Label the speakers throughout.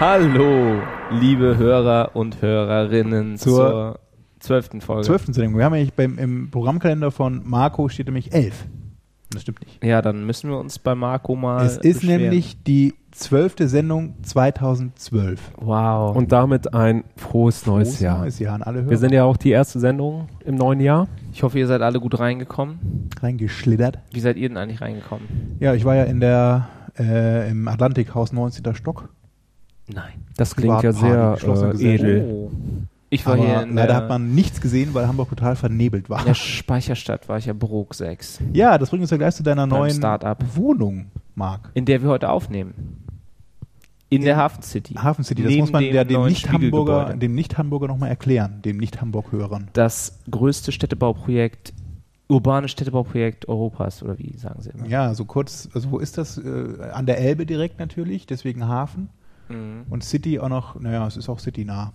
Speaker 1: Hallo, liebe Hörer und Hörerinnen zur
Speaker 2: Zur
Speaker 1: zwölften Folge.
Speaker 2: 12. Sendung. Wir haben eigentlich beim, im Programmkalender von Marco steht nämlich 11. Das stimmt nicht.
Speaker 1: Ja, dann müssen wir uns bei Marco mal.
Speaker 2: es ist
Speaker 1: beschweren.
Speaker 2: nämlich die 12. Sendung 2012.
Speaker 1: Oh, Wow.
Speaker 3: Und damit ein frohes neues
Speaker 2: Groß
Speaker 3: Jahr.
Speaker 2: Neues Jahr an alle
Speaker 3: Wir
Speaker 2: Hörer
Speaker 3: sind ja auch die erste Sendung im neuen Jahr.
Speaker 1: ich hoffe, ihr seid alle gut reingekommen.
Speaker 2: reingeschlittert.
Speaker 1: Wie seid ihr denn eigentlich reingekommen?
Speaker 2: Ja, ich war ja in der äh, im Atlantikhaus 19. Stock.
Speaker 1: Nein.
Speaker 3: Das klingt ja
Speaker 2: Privatparty,
Speaker 3: sehr
Speaker 2: geschlossene
Speaker 3: äh,
Speaker 2: Gesellschaft.
Speaker 3: edel.
Speaker 1: Oh. Ich war
Speaker 2: Aber
Speaker 1: hier in
Speaker 2: leider
Speaker 1: der,
Speaker 2: hat man nichts gesehen, weil Hamburg total vernebelt war.
Speaker 1: in der Speicherstadt, war ich ja Brok 6,
Speaker 2: Ja, das bringt uns ja gleich zu deiner
Speaker 1: Beim
Speaker 2: neuen
Speaker 1: Start-up.
Speaker 2: Wohnung, Marc.
Speaker 1: in der wir heute aufnehmen. In, der Hafen City.
Speaker 2: Hafen City, das
Speaker 1: Neben
Speaker 2: muss man
Speaker 1: dem
Speaker 2: ja dem
Speaker 1: neuen
Speaker 2: Nicht-Hamburger
Speaker 1: Spiegelgebäude.
Speaker 2: dem Nicht-Hamburger nochmal erklären, dem Nicht-Hamburg-Hörern.
Speaker 1: Das größte Städtebauprojekt, urbane Städtebauprojekt Europas, oder wie sagen sie immer?
Speaker 2: Ja, so kurz, also wo ist das? Äh, an der Elbe direkt natürlich, deswegen Hafen.
Speaker 1: Mhm.
Speaker 2: Und City auch noch, naja, es ist auch citynah.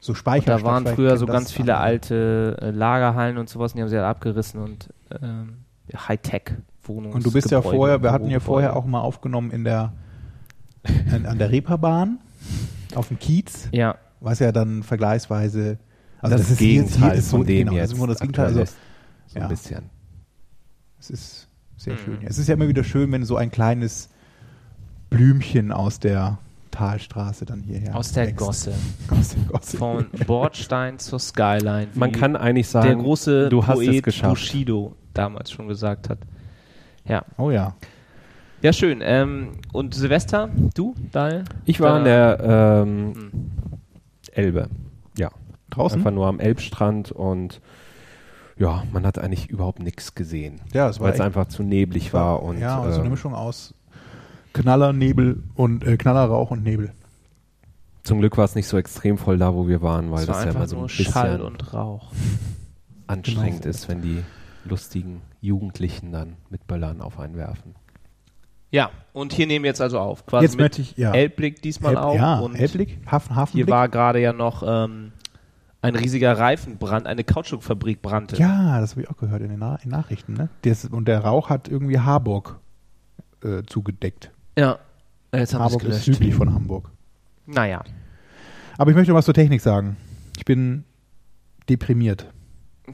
Speaker 2: So Speicher.
Speaker 1: Da waren früher so ganz viele
Speaker 3: ne?
Speaker 1: alte äh, Lagerhallen und sowas, und die haben sie halt abgerissen und ähm, Hightech-Wohnungen.
Speaker 2: Und du bist ja vorher, wir hatten ja vorher auch mal aufgenommen in der, an, an der Reeperbahn, auf dem Kiez,
Speaker 1: Ja,
Speaker 2: was ja dann vergleichsweise, also
Speaker 3: das,
Speaker 2: Oh, ist hier-
Speaker 3: Gegenteil
Speaker 2: hier ist so-
Speaker 3: von dem
Speaker 2: genau,
Speaker 3: jetzt.
Speaker 2: Das ist nur das Gegenteil,
Speaker 3: aktuell
Speaker 2: also
Speaker 3: ist. so
Speaker 2: ja.
Speaker 3: ein bisschen.
Speaker 2: es ist sehr
Speaker 1: Mhm.
Speaker 2: schön. Es ist ja immer wieder schön, wenn so ein kleines Blümchen aus der Talstraße dann hierher
Speaker 1: aus der
Speaker 2: wächst.
Speaker 1: Gosse.
Speaker 2: Aus der Gosse.
Speaker 1: Von Bordstein zur Skyline. wie
Speaker 3: Man kann eigentlich sagen,
Speaker 1: der große
Speaker 3: du hast
Speaker 1: Poet
Speaker 3: es geschafft.
Speaker 1: Bushido damals schon gesagt hat. Ja,
Speaker 2: Oh ja.
Speaker 1: ja schön. Ähm, und Silvester, du, Daniel?
Speaker 3: Ich war an
Speaker 1: Da-
Speaker 3: der ähm,
Speaker 2: Hm.
Speaker 3: Elbe. Ja,
Speaker 2: Draußen?
Speaker 3: einfach nur am Elbstrand und ja, man hat eigentlich überhaupt nichts gesehen,
Speaker 2: Ja, es war
Speaker 3: weil es
Speaker 2: echt-
Speaker 3: einfach zu neblig war und
Speaker 2: ja, also
Speaker 3: äh,
Speaker 2: eine Mischung aus Knaller, Nebel und äh, Knallerrauch und Nebel.
Speaker 3: zum Glück war es nicht so extrem voll da, wo wir waren, weil
Speaker 1: es war
Speaker 3: das ja
Speaker 1: einfach
Speaker 3: immer so ein
Speaker 1: nur
Speaker 3: bisschen
Speaker 1: Schall und Rauch.
Speaker 3: anstrengend
Speaker 2: Genau.
Speaker 3: ist, wenn die lustigen Jugendlichen dann mit Böllern auf einen werfen.
Speaker 1: Ja, und hier nehmen wir jetzt also auf. Quasi
Speaker 2: Jetzt
Speaker 1: mit
Speaker 2: möchte ich- ja.
Speaker 1: Elbblick diesmal
Speaker 2: Elb-
Speaker 1: auch.
Speaker 2: ja,
Speaker 1: und
Speaker 2: Elbblick, Hafen, Hafenblick.
Speaker 1: Hier war gerade ja noch ähm, ein riesiger Reifenbrand, eine Kautschukfabrik brannte.
Speaker 2: ja, das habe ich auch gehört in den Na in Nachrichten. Ne? Das, und der Rauch hat irgendwie Harburg äh, zugedeckt.
Speaker 1: ja. Äh, Jetzt haben sie
Speaker 2: Harburg
Speaker 1: es gelöscht.
Speaker 2: ist südlich von Hamburg.
Speaker 1: Naja,
Speaker 2: Aber ich möchte noch was zur Technik sagen. Ich bin deprimiert.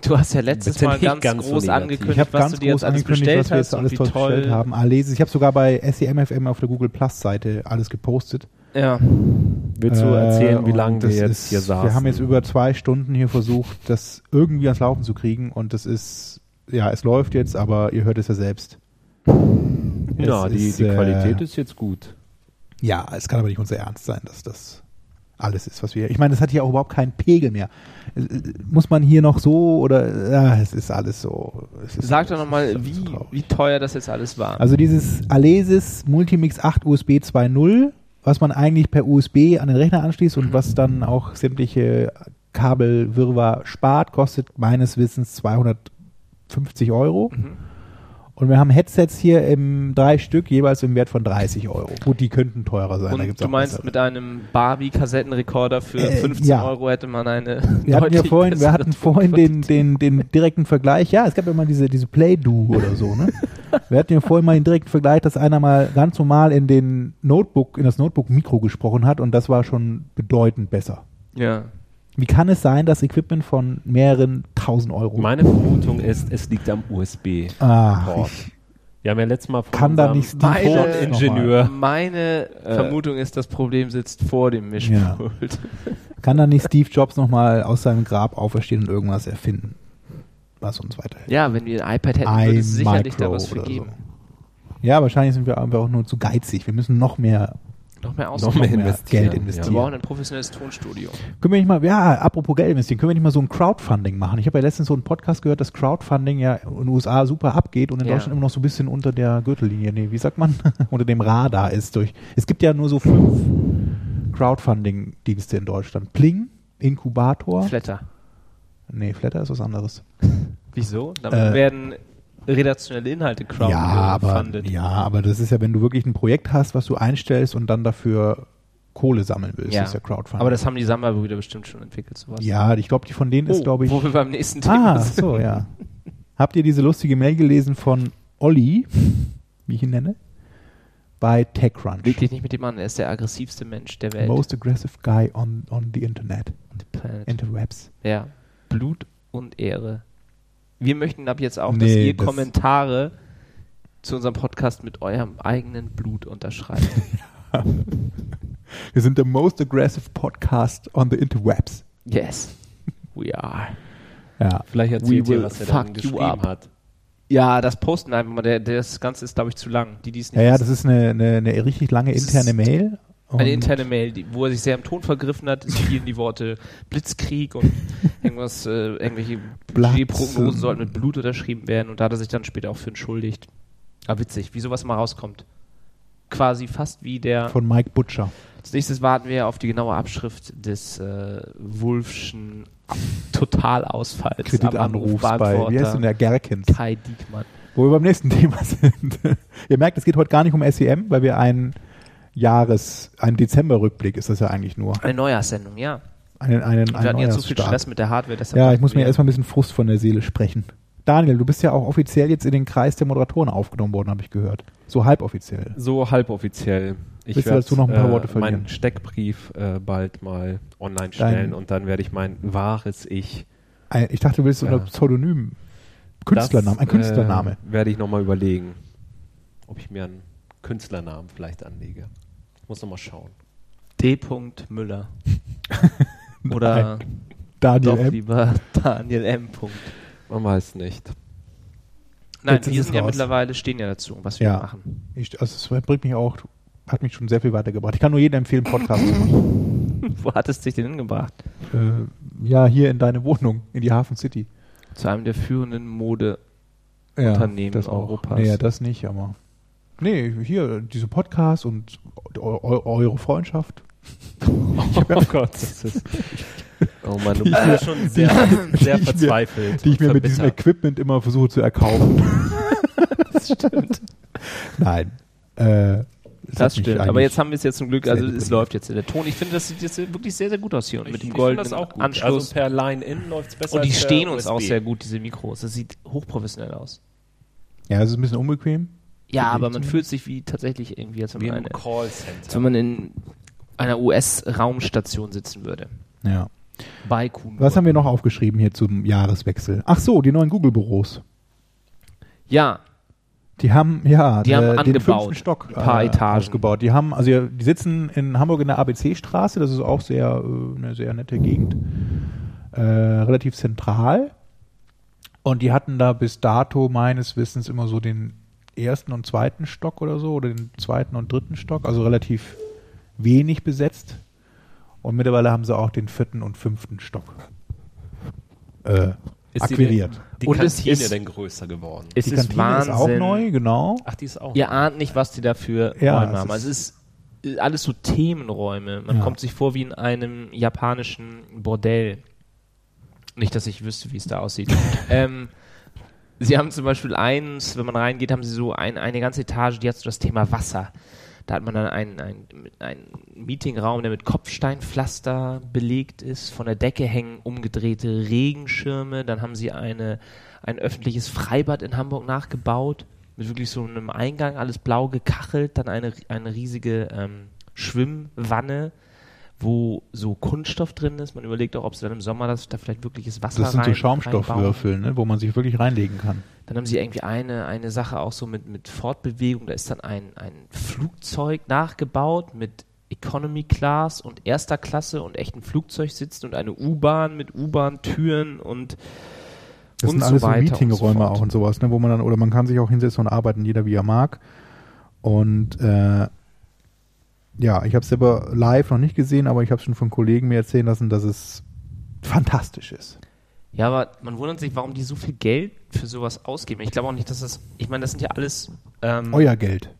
Speaker 1: du hast ja letztes
Speaker 3: Bist ja
Speaker 1: Mal
Speaker 3: nicht
Speaker 1: ganz,
Speaker 3: ganz so
Speaker 1: groß
Speaker 3: negativ.
Speaker 2: Ich
Speaker 1: angekündigt,
Speaker 2: habe
Speaker 1: was
Speaker 2: ganz
Speaker 1: du dir jetzt
Speaker 2: groß
Speaker 1: alles
Speaker 2: angekündigt,
Speaker 1: bestellt
Speaker 2: was wir
Speaker 1: hast
Speaker 2: jetzt
Speaker 1: und
Speaker 2: alles
Speaker 1: wie
Speaker 2: toll bestellt haben. Ah, lese. Ich habe sogar bei E SEMFM auf der Google Plus Seite alles gepostet.
Speaker 1: Ja,
Speaker 3: Willst du
Speaker 2: Äh,
Speaker 3: erzählen, wie
Speaker 2: und
Speaker 3: lange wir
Speaker 2: das
Speaker 3: jetzt
Speaker 2: ist,
Speaker 3: hier saßen?
Speaker 2: Wir haben jetzt über zwei Stunden hier versucht, das irgendwie ans Laufen zu kriegen und das ist, ja, es läuft jetzt, aber ihr hört es ja selbst.
Speaker 3: ja,
Speaker 2: es
Speaker 3: die,
Speaker 2: ist,
Speaker 3: die
Speaker 2: äh,
Speaker 3: Qualität ist jetzt gut.
Speaker 2: Ja, es kann aber nicht unser Ernst sein, dass das alles ist, was wir. Ich meine, das hat hier auch überhaupt keinen Pegel mehr. Äh, äh, Muss man hier noch so oder ja, es ist alles so. Es ist
Speaker 1: sag doch
Speaker 2: alles- es ist
Speaker 1: nochmal,
Speaker 2: alles so
Speaker 1: wie,
Speaker 2: traurig.
Speaker 1: wie teuer das jetzt alles war.
Speaker 2: Also dieses Alesis Multimix 8 USB 2.0, was man eigentlich per USB an den Rechner anschließt
Speaker 1: Mhm.
Speaker 2: und was dann auch sämtliche Kabelwirrwarr spart, kostet meines Wissens 250 Euro.
Speaker 1: Mhm.
Speaker 2: Und wir haben Headsets hier im drei Stück, jeweils im Wert von 30 Euro. Gut, die könnten teurer sein. da
Speaker 1: und
Speaker 2: gibt's
Speaker 1: du
Speaker 2: auch
Speaker 1: meinst,
Speaker 2: bessere.
Speaker 1: mit einem Barbie-Kassettenrekorder für
Speaker 2: Äh,
Speaker 1: 15
Speaker 2: ja.
Speaker 1: Euro hätte man eine.
Speaker 2: wir hatten ja
Speaker 1: deutlich
Speaker 2: vorhin, wir
Speaker 1: bessere
Speaker 2: hatten vorhin den, den, den direkten Vergleich. Ja, es gab ja mal diese, diese Play-Do oder so, ne? Wir hatten ja vorhin mal den direkten Vergleich, dass einer mal ganz normal in den Notebook, in das Notebook-Mikro gesprochen hat und das war schon bedeutend besser.
Speaker 1: Ja.
Speaker 2: Wie kann es sein, dass Equipment von mehreren tausend Euro?
Speaker 3: Meine Vermutung ist, es liegt am USB.
Speaker 2: Ach,
Speaker 3: Boah.
Speaker 2: Ah, ich
Speaker 3: Wir haben ja letztes Mal von
Speaker 2: kann da
Speaker 3: unserem
Speaker 2: nicht die
Speaker 1: Meine-
Speaker 2: Ports nochmal.
Speaker 3: Toningenieur.
Speaker 1: Meine äh, Vermutung ist, das Problem sitzt vor dem Mischpult.
Speaker 2: Kann da nicht Steve Jobs nochmal aus seinem Grab auferstehen und irgendwas erfinden, was uns weiterhilft?
Speaker 1: Ja, wenn wir ein iPad hätten, würde es sicherlich da was für geben.
Speaker 2: Ja, wahrscheinlich sind wir einfach auch nur zu geizig. Wir müssen noch mehr
Speaker 1: Noch mehr
Speaker 3: noch
Speaker 1: ausgeben.
Speaker 3: mehr
Speaker 2: mehr
Speaker 3: investieren.
Speaker 2: Geld
Speaker 1: Wir
Speaker 2: investieren.
Speaker 3: Ja.
Speaker 1: brauchen ein professionelles Tonstudio.
Speaker 2: Können wir nicht mal, ja, apropos Geld investieren, können wir nicht mal so ein Crowdfunding machen? Ich habe ja letztens so einen Podcast gehört, dass Crowdfunding ja in den USA super abgeht und in
Speaker 1: Ja.
Speaker 2: Deutschland immer noch so ein bisschen unter der Gürtellinie, nee, wie sagt man, unter dem Radar ist durch. Es gibt ja nur so fünf Crowdfunding-Dienste in Deutschland. Pling, Inkubator,
Speaker 1: Flatter.
Speaker 2: nee, Flatter ist was anderes.
Speaker 1: Wieso? Damit
Speaker 2: Äh,
Speaker 1: werden redaktionelle Inhalte crowdfunded.
Speaker 2: ja, aber, ja, aber das ist ja, wenn du wirklich ein Projekt hast, was du einstellst und dann dafür Kohle sammeln willst,
Speaker 1: Ja.
Speaker 2: das ist ja Crowdfunding.
Speaker 1: aber das haben die Samba-Brüder bestimmt schon entwickelt, sowas.
Speaker 2: ja, ich glaube, die von denen
Speaker 1: oh,
Speaker 2: ist, glaube ich,
Speaker 1: Wo wir beim nächsten Thema
Speaker 2: Ah,
Speaker 1: sind.
Speaker 2: so, ja. Habt ihr diese lustige Mail gelesen von Olli, wie ich ihn nenne? Bei
Speaker 1: Leg
Speaker 2: TechCrunch.
Speaker 1: dich nicht mit dem an, er ist der aggressivste Mensch der Welt.
Speaker 2: Most aggressive guy on, on the internet.
Speaker 1: On the planet.
Speaker 2: Interwebs.
Speaker 1: Ja. Blut und Ehre. Wir möchten ab jetzt auch, dass
Speaker 2: Nee,
Speaker 1: ihr
Speaker 2: das-
Speaker 1: Kommentare zu unserem Podcast mit eurem eigenen Blut unterschreibt.
Speaker 2: Wir sind der most aggressive podcast on the interwebs.
Speaker 1: yes. We are.
Speaker 2: Ja.
Speaker 3: Vielleicht
Speaker 1: erzählt ihr, was er dann geschrieben
Speaker 3: hat.
Speaker 1: Ja, das posten wir einfach mal. Der, das Ganze ist, glaube ich, zu lang. Die, die es nicht
Speaker 2: Ja, ja,
Speaker 1: wissen.
Speaker 2: das ist eine, eine, eine richtig lange
Speaker 1: Das
Speaker 2: interne
Speaker 1: ist
Speaker 2: Mail.
Speaker 1: Eine
Speaker 2: Und-
Speaker 1: interne Mail, die, wo er sich sehr im Ton vergriffen hat. Es fielen die Worte Blitzkrieg und irgendwas, äh, irgendwelche
Speaker 2: Blatz,
Speaker 1: Budgetprognosen
Speaker 2: ähm.
Speaker 1: sollten mit Blut unterschrieben werden und da hat er sich dann später auch für entschuldigt. Ah, witzig, wie sowas mal rauskommt. Quasi fast wie der.
Speaker 2: Von Mike Butcher.
Speaker 1: Als nächstes warten wir auf die genaue Abschrift des äh, Wulfschen Totalausfalls.
Speaker 2: Kreditanruf bei, wie heißt denn
Speaker 1: der?
Speaker 2: der, Gerkins.
Speaker 1: Kai Diekmann.
Speaker 2: Wo wir beim nächsten Thema sind. Ihr merkt, es geht heute gar nicht um SEM, weil wir einen Jahres-, einen Dezemberrückblick ist das ja eigentlich nur.
Speaker 1: Eine Neujahrssendung, ja.
Speaker 2: einen, einen,
Speaker 1: Und wir
Speaker 2: einen
Speaker 1: hatten jetzt so viel
Speaker 2: Neujahrsstart.
Speaker 1: Stress mit der Hardware, deshalb
Speaker 2: Ja, ich
Speaker 1: dachten
Speaker 2: muss mir
Speaker 1: wir-
Speaker 2: erstmal ein bisschen Frust von der Seele sprechen. Daniel, du bist ja auch offiziell jetzt in den Kreis der Moderatoren aufgenommen worden, habe ich gehört. So halboffiziell.
Speaker 3: So halboffiziell. Ich
Speaker 2: Willst du
Speaker 3: werd, äh,
Speaker 2: dazu noch ein paar Worte verlieren?
Speaker 3: meinen Steckbrief äh, bald mal online stellen
Speaker 2: Dein-
Speaker 3: und dann werde ich mein wahres Ich.
Speaker 2: Ein, ich dachte, du willst unter
Speaker 3: Ja.
Speaker 2: Pseudonym. Künstlername, ein
Speaker 3: Das,
Speaker 2: Künstlername.
Speaker 3: Äh, werde ich nochmal überlegen, ob ich mir einen Künstlernamen vielleicht anlege. Ich muss nochmal schauen.
Speaker 1: D. Müller. Oder
Speaker 2: Daniel äh,
Speaker 1: doch
Speaker 2: M.
Speaker 1: lieber Daniel M. Punkt.
Speaker 3: Man weiß nicht.
Speaker 1: Nein,
Speaker 2: Jetzt ist
Speaker 1: wir
Speaker 2: es
Speaker 1: sind ja
Speaker 2: raus.
Speaker 1: mittlerweile, stehen ja dazu, was wir
Speaker 2: Ja.
Speaker 1: machen.
Speaker 2: Ich, also es bringt mich auch, hat mich schon sehr viel weitergebracht. Ich kann nur jedem empfehlen, Podcast zu machen.
Speaker 1: Wo hattest du dich denn hingebracht?
Speaker 2: Äh, ja, hier in deine Wohnung, in die Hafen City.
Speaker 1: Zu einem der führenden Mode.
Speaker 2: Ja,
Speaker 1: Unternehmen
Speaker 2: auch.
Speaker 1: Europas.
Speaker 2: Nee, das nicht, aber. Nee, hier, diese Podcasts und eu eu eure Freundschaft.
Speaker 3: Oh Gott, das ist. Oh Mann, du bist
Speaker 2: mir-
Speaker 3: ja schon sehr,
Speaker 2: die
Speaker 3: sehr
Speaker 2: ich mir-
Speaker 3: verzweifelt.
Speaker 2: die ich
Speaker 3: und
Speaker 2: mir mit diesem
Speaker 3: verbittert.
Speaker 2: Equipment immer versuche zu erkaufen. das stimmt. Nein. Äh,
Speaker 1: Das stimmt. Aber jetzt
Speaker 2: haben
Speaker 1: haben wir es jetzt zum Glück,
Speaker 2: sehr
Speaker 1: also es
Speaker 2: deprimiert.
Speaker 1: läuft jetzt der Ton. Ich finde, das sieht jetzt wirklich sehr, sehr gut aus hier und
Speaker 3: Ich-
Speaker 1: mit
Speaker 3: ich
Speaker 1: dem
Speaker 3: find
Speaker 1: goldenen
Speaker 3: das auch gut.
Speaker 1: Anschluss.
Speaker 3: Also per Line-In läuft es besser
Speaker 1: und die
Speaker 3: als per
Speaker 1: stehen uns
Speaker 3: USB.
Speaker 1: auch sehr gut, diese Mikros. Das sieht hochprofessionell aus.
Speaker 2: ja, es ist ein bisschen unbequem.
Speaker 1: Ja,
Speaker 2: Die-
Speaker 1: aber man fühlt sich wie tatsächlich irgendwie, als wenn
Speaker 3: Wie
Speaker 1: man,
Speaker 3: im
Speaker 1: eine, als
Speaker 3: Callcenter.
Speaker 1: wenn man in einer US-Raumstation sitzen würde.
Speaker 2: Ja.
Speaker 1: Bei Kuhn.
Speaker 2: Was haben wir noch aufgeschrieben hier zum Jahreswechsel? Ach so, die neuen Google-Büros.
Speaker 1: Ja,
Speaker 2: Die haben, ja,
Speaker 1: Die haben
Speaker 2: den
Speaker 1: angebaut,
Speaker 2: fünften Stock äh,
Speaker 1: ein paar Etagen.
Speaker 2: ausgebaut. Die haben, also ja, die sitzen in Hamburg in der ABC-Straße, das ist auch sehr, äh, eine sehr nette Gegend, äh, relativ zentral. Und die hatten da bis dato meines Wissens immer so den ersten und zweiten Stock oder so, oder den zweiten und dritten Stock, also relativ wenig besetzt. Und mittlerweile haben sie auch den vierten und fünften Stock äh,
Speaker 3: Ist die
Speaker 2: akquiriert.
Speaker 3: Denn, die
Speaker 1: Und es
Speaker 3: Kantine
Speaker 1: ist-
Speaker 3: denn größer geworden?
Speaker 1: es
Speaker 2: Die
Speaker 1: ist
Speaker 2: Kantine ist
Speaker 1: Wahnsinn.
Speaker 2: auch neu, genau.
Speaker 3: Ach, die ist auch.
Speaker 1: Ihr ahnt nicht, was die da für
Speaker 2: Ja,
Speaker 1: Räume
Speaker 2: es
Speaker 1: haben.
Speaker 2: ist-
Speaker 1: Also es ist alles so Themenräume. Man
Speaker 2: Ja.
Speaker 1: kommt sich vor wie in einem japanischen Bordell. Nicht, dass ich wüsste, wie es da aussieht. ähm, sie haben zum Beispiel eins, wenn man reingeht, haben sie so ein, eine ganze Etage, die hat so das Thema Wasser. Da hat man dann einen, einen, einen Meetingraum, der mit Kopfsteinpflaster belegt ist. Von der Decke hängen umgedrehte Regenschirme. Dann haben sie eine, ein öffentliches Freibad in Hamburg nachgebaut. Mit wirklich so einem Eingang, alles blau gekachelt. Dann eine, eine riesige ähm, Schwimmwanne, wo so Kunststoff drin ist. Man überlegt auch, ob sie dann im Sommer das, da vielleicht wirkliches Wasser
Speaker 2: Das sind so
Speaker 1: rein- reinbauen.
Speaker 2: Schaumstoffwürfel, ne, wo man sich wirklich reinlegen kann.
Speaker 1: Dann haben sie irgendwie eine, eine Sache auch so mit, mit Fortbewegung. Da ist dann ein, ein Flugzeug nachgebaut mit Economy Class und erster Klasse und echten Flugzeugsitzen und eine U-Bahn mit U-Bahn-Türen und
Speaker 2: Das
Speaker 1: und
Speaker 2: sind alles
Speaker 1: so
Speaker 2: so
Speaker 1: weiter. und so
Speaker 2: Meetingräume
Speaker 1: fort.
Speaker 2: auch und sowas, ne, wo man dann, oder man kann sich auch hinsetzen und arbeiten, jeder wie er mag. Und äh, Ja, ich habe es selber live noch nicht gesehen, aber ich habe schon von Kollegen mir erzählen lassen, dass es fantastisch ist.
Speaker 1: Ja, aber man wundert sich, warum die so viel Geld für sowas ausgeben. Ich glaube auch nicht, dass das. Ich meine, das sind ja alles. Ähm,
Speaker 2: Euer Geld,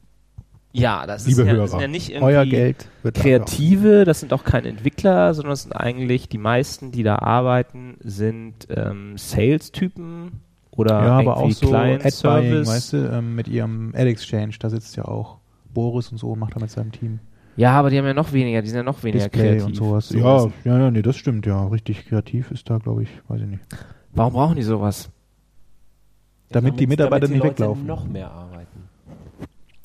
Speaker 1: ja, das
Speaker 2: liebe
Speaker 1: ist ja,
Speaker 2: Hörer.
Speaker 1: das sind ja nicht irgendwie
Speaker 2: Euer Geld wird
Speaker 1: Kreative. Das sind auch keine Entwickler, sondern das sind eigentlich die meisten, die da arbeiten, sind ähm, Sales-Typen oder
Speaker 2: Ja,
Speaker 1: irgendwie
Speaker 2: aber auch so Ad-Buying,
Speaker 1: Client-Service.
Speaker 2: weißt du, ähm, mit ihrem Ad-Exchange, da sitzt ja auch Boris und so und macht da mit seinem Team
Speaker 1: Ja, aber die haben ja noch weniger. Die sind ja noch weniger
Speaker 2: Display
Speaker 1: kreativ.
Speaker 2: und sowas.
Speaker 1: Sowas.
Speaker 2: ja, ja, nee, das stimmt, ja. Richtig kreativ ist da, glaube ich, weiß ich nicht.
Speaker 1: Warum brauchen die sowas?
Speaker 2: Damit die Mitarbeiter
Speaker 3: damit
Speaker 2: nicht
Speaker 3: die Leute
Speaker 2: weglaufen.
Speaker 3: noch mehr arbeiten.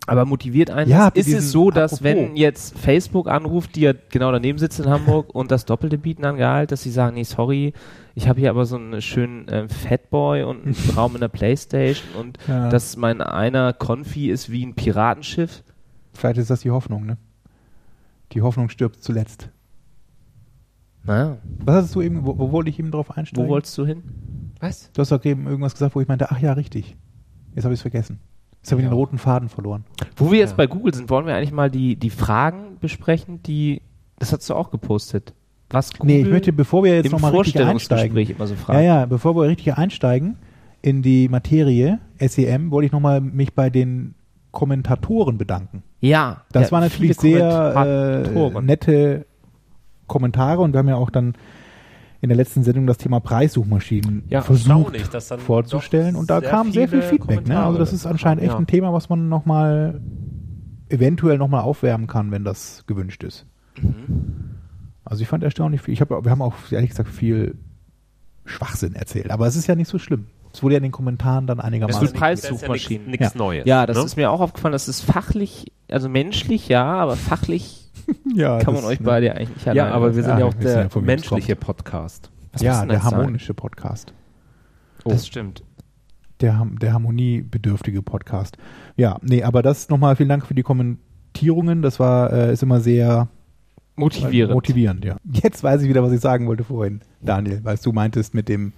Speaker 1: Aber motiviert einen
Speaker 2: Ja,
Speaker 1: das?
Speaker 2: habt ihr
Speaker 1: ist es
Speaker 2: diesen-
Speaker 1: so, dass
Speaker 2: apropos.
Speaker 1: wenn jetzt Facebook anruft, die ja genau daneben sitzt in Hamburg und das Doppelte bieten an Gehalt, dass sie sagen, nee, sorry, ich habe hier aber so einen schönen äh, Fatboy und einen Raum in der Playstation und
Speaker 2: Ja.
Speaker 1: dass mein einer Konfi ist wie ein Piratenschiff.
Speaker 2: Vielleicht ist das die Hoffnung, ne? Die Hoffnung stirbt zuletzt.
Speaker 1: Na,
Speaker 2: Was hast du eben, wo, wo wollte ich eben drauf
Speaker 1: wo
Speaker 2: einsteigen?
Speaker 1: wolltest du hin?
Speaker 3: Was?
Speaker 2: du hast doch eben irgendwas gesagt, wo ich meinte, ach ja, richtig. Jetzt habe ich es vergessen. Jetzt habe ich
Speaker 3: Ja.
Speaker 2: den roten Faden verloren.
Speaker 1: Wo wir jetzt
Speaker 3: Ja.
Speaker 1: bei Google sind, wollen wir eigentlich mal die, die Fragen besprechen, die, das hast du auch gepostet. Was Google
Speaker 2: Nee, ich möchte, bevor wir jetzt
Speaker 1: im
Speaker 2: nochmal richtig einsteigen,
Speaker 1: Vorstellungsgespräch immer so fragen.
Speaker 2: Ja, ja, bevor wir richtig einsteigen in die Materie SEM, wollte ich nochmal mich bei den Kommentatoren bedanken.
Speaker 1: Ja,
Speaker 2: Das
Speaker 1: ja,
Speaker 2: waren natürlich
Speaker 1: viele
Speaker 2: sehr äh,
Speaker 1: Kommentatoren. Also
Speaker 2: nette Kommentare und wir haben ja auch dann in der letzten Sendung das Thema Preissuchmaschinen
Speaker 1: Ja,
Speaker 2: versucht
Speaker 3: erstaunlich, dass dann
Speaker 2: vorzustellen
Speaker 3: doch
Speaker 2: und da kam sehr viel
Speaker 3: viele
Speaker 2: Feedback. Ne?
Speaker 3: Kommentare
Speaker 2: Also das ist
Speaker 3: dazu
Speaker 2: anscheinend echt
Speaker 3: kamen,
Speaker 2: ein Thema, was man nochmal eventuell nochmal aufwärmen kann, wenn das gewünscht ist. Also ich fand erstaunlich viel. Ich hab, wir haben auch ehrlich gesagt viel Schwachsinn erzählt, aber es ist ja nicht so schlimm. Es wurde ja in den Kommentaren dann
Speaker 1: Es
Speaker 3: ja.
Speaker 2: einigermaßen.
Speaker 1: wird Preissuchmaschinen.
Speaker 3: Nichts
Speaker 2: Ja.
Speaker 3: Neues.
Speaker 1: Ja, das
Speaker 3: ne?
Speaker 1: ist mir auch aufgefallen. Das ist fachlich, also menschlich ja, aber fachlich
Speaker 2: ja,
Speaker 1: kann man
Speaker 2: das,
Speaker 1: euch
Speaker 2: ne?
Speaker 1: beide eigentlich nicht
Speaker 3: Ja, aber wir sind ja,
Speaker 2: Ja,
Speaker 3: auch
Speaker 2: wir wissen
Speaker 3: der
Speaker 2: ja, von wem es
Speaker 3: menschliche Podcast.
Speaker 1: Was muss
Speaker 2: Ja,
Speaker 1: denn
Speaker 2: der
Speaker 1: das sein?
Speaker 2: harmonische Podcast.
Speaker 1: Oh. Das stimmt.
Speaker 2: der, Ham- der harmoniebedürftige Podcast. Ja, nee, aber das nochmal vielen Dank für die Kommentierungen. Das war, äh, ist immer sehr äh,
Speaker 1: Motivierend.
Speaker 2: motivierend, ja. Jetzt weiß ich wieder, was ich sagen wollte vorhin, Daniel, weil du meintest mit dem,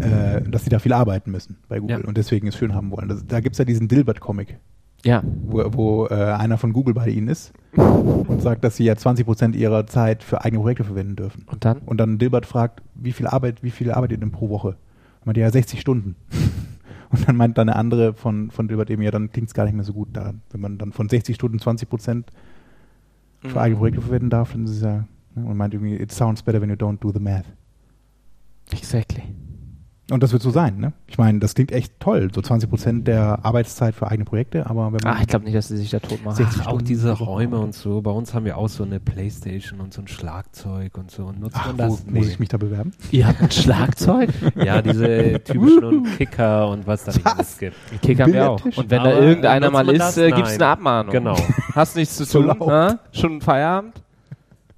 Speaker 2: äh, dass sie da viel arbeiten müssen bei Google
Speaker 1: Ja.
Speaker 2: und deswegen es schön haben wollen. Das, da gibt's ja diesen Dilbert-Comic,
Speaker 1: ja.
Speaker 2: wo, wo äh, einer von Google bei ihnen ist und sagt, dass sie ja 20% ihrer Zeit für eigene Projekte verwenden dürfen.
Speaker 1: Und dann?
Speaker 2: Und dann Dilbert fragt, wie viel Arbeit, wie viel arbeitet ihr denn pro Woche? Und meinte, ja, 60 Stunden. Und dann meint dann eine andere von, von Dilbert eben, ja, dann klingt's gar nicht mehr so gut da. Wenn man dann von 60 Stunden 20 Prozent für eigene Projekte verwenden darf, dann ist es ja, ne? und meint irgendwie, it sounds better when you don't do the math.
Speaker 1: Exactly.
Speaker 2: Und das wird so sein, ne? Ich meine, das klingt echt toll, so 20 Prozent der Arbeitszeit für eigene Projekte, aber wenn man
Speaker 1: Ach, Ah, ich glaube nicht, dass sie sich da tot machen.
Speaker 2: 60
Speaker 3: Ach, auch
Speaker 2: Stunden
Speaker 3: diese
Speaker 2: pro Woche
Speaker 3: Räume
Speaker 2: arbeitet.
Speaker 3: und so. Bei uns haben wir auch so eine Playstation und so ein Schlagzeug und so. Und nutzt
Speaker 2: Ach,
Speaker 3: man
Speaker 2: wo
Speaker 3: das?
Speaker 2: muss ich mich da bewerben?
Speaker 1: Ihr habt ein Schlagzeug?
Speaker 3: Ja, diese typischen und Kicker und was da nicht alles gibt.
Speaker 1: Kick haben wir auch.
Speaker 2: Billardtisch?
Speaker 1: Und wenn da
Speaker 3: Aber
Speaker 1: irgendeiner
Speaker 3: nutzt
Speaker 1: mal
Speaker 3: man
Speaker 1: ist,
Speaker 3: das?
Speaker 1: äh, gibt's
Speaker 3: Nein.
Speaker 1: eine Abmahnung.
Speaker 3: Genau.
Speaker 1: Hast nichts zu
Speaker 2: So
Speaker 1: tun?
Speaker 2: laut.
Speaker 1: ha? Schon Feierabend?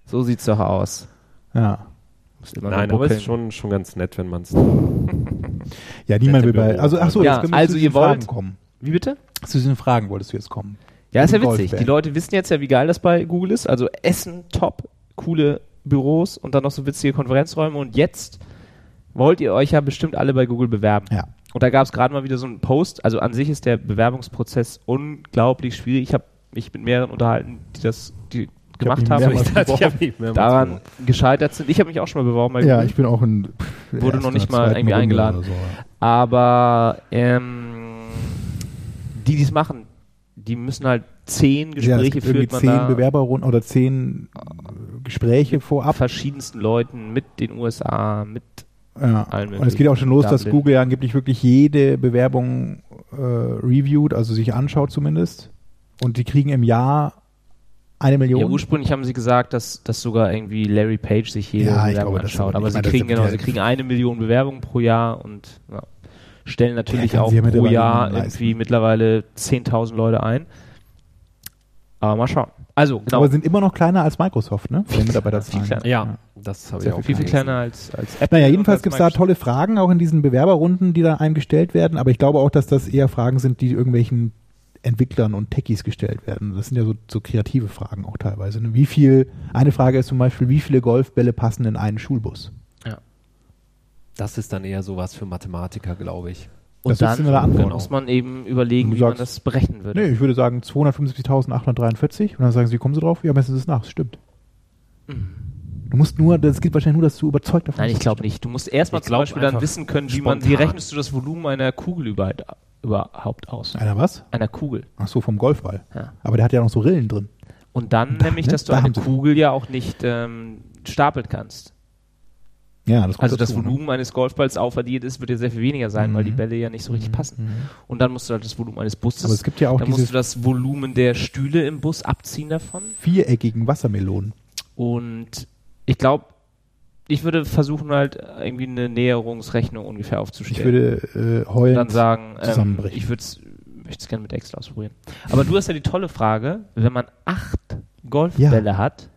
Speaker 1: So sieht's doch aus.
Speaker 2: Ja.
Speaker 1: Muss immer
Speaker 3: Nein,
Speaker 1: nur
Speaker 3: aber es
Speaker 1: buckeln.
Speaker 3: ist schon, schon ganz nett, wenn man es.
Speaker 2: Ja, niemand will
Speaker 3: Nette
Speaker 2: bei.
Speaker 3: Büro.
Speaker 2: Also, ach so,
Speaker 1: Ja,
Speaker 2: jetzt können wir
Speaker 1: also
Speaker 2: zu
Speaker 1: ihr
Speaker 2: diesen
Speaker 1: wollt-
Speaker 2: Fragen kommen.
Speaker 1: Wie bitte?
Speaker 2: Zu diesen Fragen wolltest du jetzt kommen.
Speaker 1: Ja, ist ja
Speaker 2: Golf
Speaker 1: witzig.
Speaker 2: werden.
Speaker 1: Die Leute wissen jetzt ja, wie geil das bei Google ist. Also Essen, top, coole Büros und dann noch so witzige Konferenzräume. Und jetzt wollt ihr euch ja bestimmt alle bei Google bewerben.
Speaker 2: Ja.
Speaker 1: Und da gab es gerade mal wieder so einen Post. Also an sich ist der Bewerbungsprozess unglaublich schwierig. Ich habe mich mit mehreren unterhalten, die das die gemacht
Speaker 2: mich
Speaker 1: haben.
Speaker 2: mehrmals
Speaker 1: und daran gescheitert sind. Ich habe mich auch schon mal beworben bei
Speaker 2: Ja,
Speaker 1: Google.
Speaker 2: ich bin auch in. pff,
Speaker 1: Wurde
Speaker 2: ersten
Speaker 1: noch nicht
Speaker 2: oder
Speaker 1: mal
Speaker 2: zweiten
Speaker 1: irgendwie
Speaker 2: Runde
Speaker 1: eingeladen.
Speaker 2: oder So. ja.
Speaker 1: Aber ähm, die, die es machen, die müssen halt zehn
Speaker 2: Ja, es
Speaker 1: Gespräche
Speaker 2: gibt
Speaker 1: führt
Speaker 2: irgendwie
Speaker 1: man
Speaker 2: zehn
Speaker 1: da.
Speaker 2: Bewerberrunden oder zehn Gespräche vorab.
Speaker 1: verschiedensten Leuten, mit den USA, mit.
Speaker 2: Ja.
Speaker 1: allen
Speaker 2: Und es geht auch schon los, dass
Speaker 1: Dublin.
Speaker 2: Google ja angeblich wirklich jede Bewerbung äh, reviewt, also sich anschaut zumindest. Und die kriegen im Jahr eine Million.
Speaker 1: Ja, ursprünglich haben sie gesagt, dass, dass sogar irgendwie Larry Page sich jede
Speaker 2: Ja,
Speaker 1: Bewerbung
Speaker 2: ich glaube, das ist
Speaker 1: anschaut. Aber
Speaker 2: aber- ich
Speaker 1: sie
Speaker 2: meine, das
Speaker 1: kriegen
Speaker 2: ist ja
Speaker 1: genau, sie
Speaker 2: wieder-
Speaker 1: kriegen eine Million Bewerbungen pro Jahr und ja, stellen natürlich
Speaker 2: Ja, kann
Speaker 1: auch
Speaker 2: sie ja
Speaker 1: pro
Speaker 2: mittlerweile
Speaker 1: Jahr
Speaker 2: leisten.
Speaker 1: irgendwie mittlerweile 10.000 Leute ein. Aber mal schauen. Also, genau.
Speaker 2: Aber sind immer noch kleiner als Microsoft, ne? Von den Mitarbeiterzahlen.
Speaker 1: Viel kleiner.
Speaker 3: Ja, das habe ich auch.
Speaker 1: viel, viel
Speaker 3: gelesen.
Speaker 1: kleiner als, als Apple.
Speaker 2: Naja,
Speaker 1: und
Speaker 2: jedenfalls
Speaker 1: als
Speaker 2: gibt es da
Speaker 1: Microsoft.
Speaker 2: tolle Fragen, auch in diesen Bewerberrunden, die da einem gestellt werden. Aber ich glaube auch, dass das eher Fragen sind, die irgendwelchen Entwicklern und Techies gestellt werden. Das sind ja so, so kreative Fragen auch teilweise. Ne? Wie viel, eine Frage ist zum Beispiel, wie viele Golfbälle passen in einen Schulbus?
Speaker 3: Das ist dann eher sowas für Mathematiker, glaube ich.
Speaker 1: Und
Speaker 2: Das ist
Speaker 1: dann genau.
Speaker 2: eine Anforderung.
Speaker 1: muss man eben überlegen,
Speaker 2: Du
Speaker 1: wie man
Speaker 2: sagst-
Speaker 1: das berechnen würde.
Speaker 2: Nee, ich würde sagen 275.843 und dann sagen sie, wie kommen sie drauf? Ja, messen sie es nach, das stimmt. Du musst nur, das geht wahrscheinlich nur, dass du überzeugt davon
Speaker 1: Mhm. Nein, ich
Speaker 2: bist.
Speaker 1: glaube nicht. Du musst erstmal
Speaker 4: Ich
Speaker 1: zum
Speaker 4: glaub
Speaker 1: Beispiel dann
Speaker 4: einfach
Speaker 1: wissen können, wie man,
Speaker 4: spontan.
Speaker 1: wie rechnest du das Volumen einer Kugel über, überhaupt aus?
Speaker 2: Einer was?
Speaker 1: Einer Kugel.
Speaker 2: Ach so, vom Golfball.
Speaker 1: Ja.
Speaker 2: Aber der hat ja noch so Rillen drin.
Speaker 1: Und dann nämlich,
Speaker 2: ne?
Speaker 1: dass du
Speaker 2: Da
Speaker 1: eine
Speaker 2: haben sie-
Speaker 1: Kugel ja auch nicht ähm, stapeln kannst.
Speaker 2: Ja, das kommt
Speaker 1: Also das
Speaker 2: dazu, ne? Mhm.
Speaker 1: Volumen eines Golfballs aufaddiert ist, wird ja sehr viel weniger sein, weil die Bälle ja nicht so richtig passen. Und dann musst du halt das Volumen eines Busses,
Speaker 2: Aber es gibt ja auch
Speaker 1: dann musst
Speaker 2: diese
Speaker 1: du das Volumen der Stühle im Bus abziehen davon.
Speaker 2: viereckigen Wassermelonen.
Speaker 1: Und ich glaube, ich würde versuchen halt irgendwie eine Näherungsrechnung ungefähr aufzustellen.
Speaker 2: Ich würde äh,
Speaker 1: Und
Speaker 2: heulen.
Speaker 1: dann sagen, ähm,
Speaker 2: zusammenbrechen.
Speaker 1: ich würde es gerne mit Excel ausprobieren. Aber du hast ja die tolle Frage, wenn man acht Golfbälle hat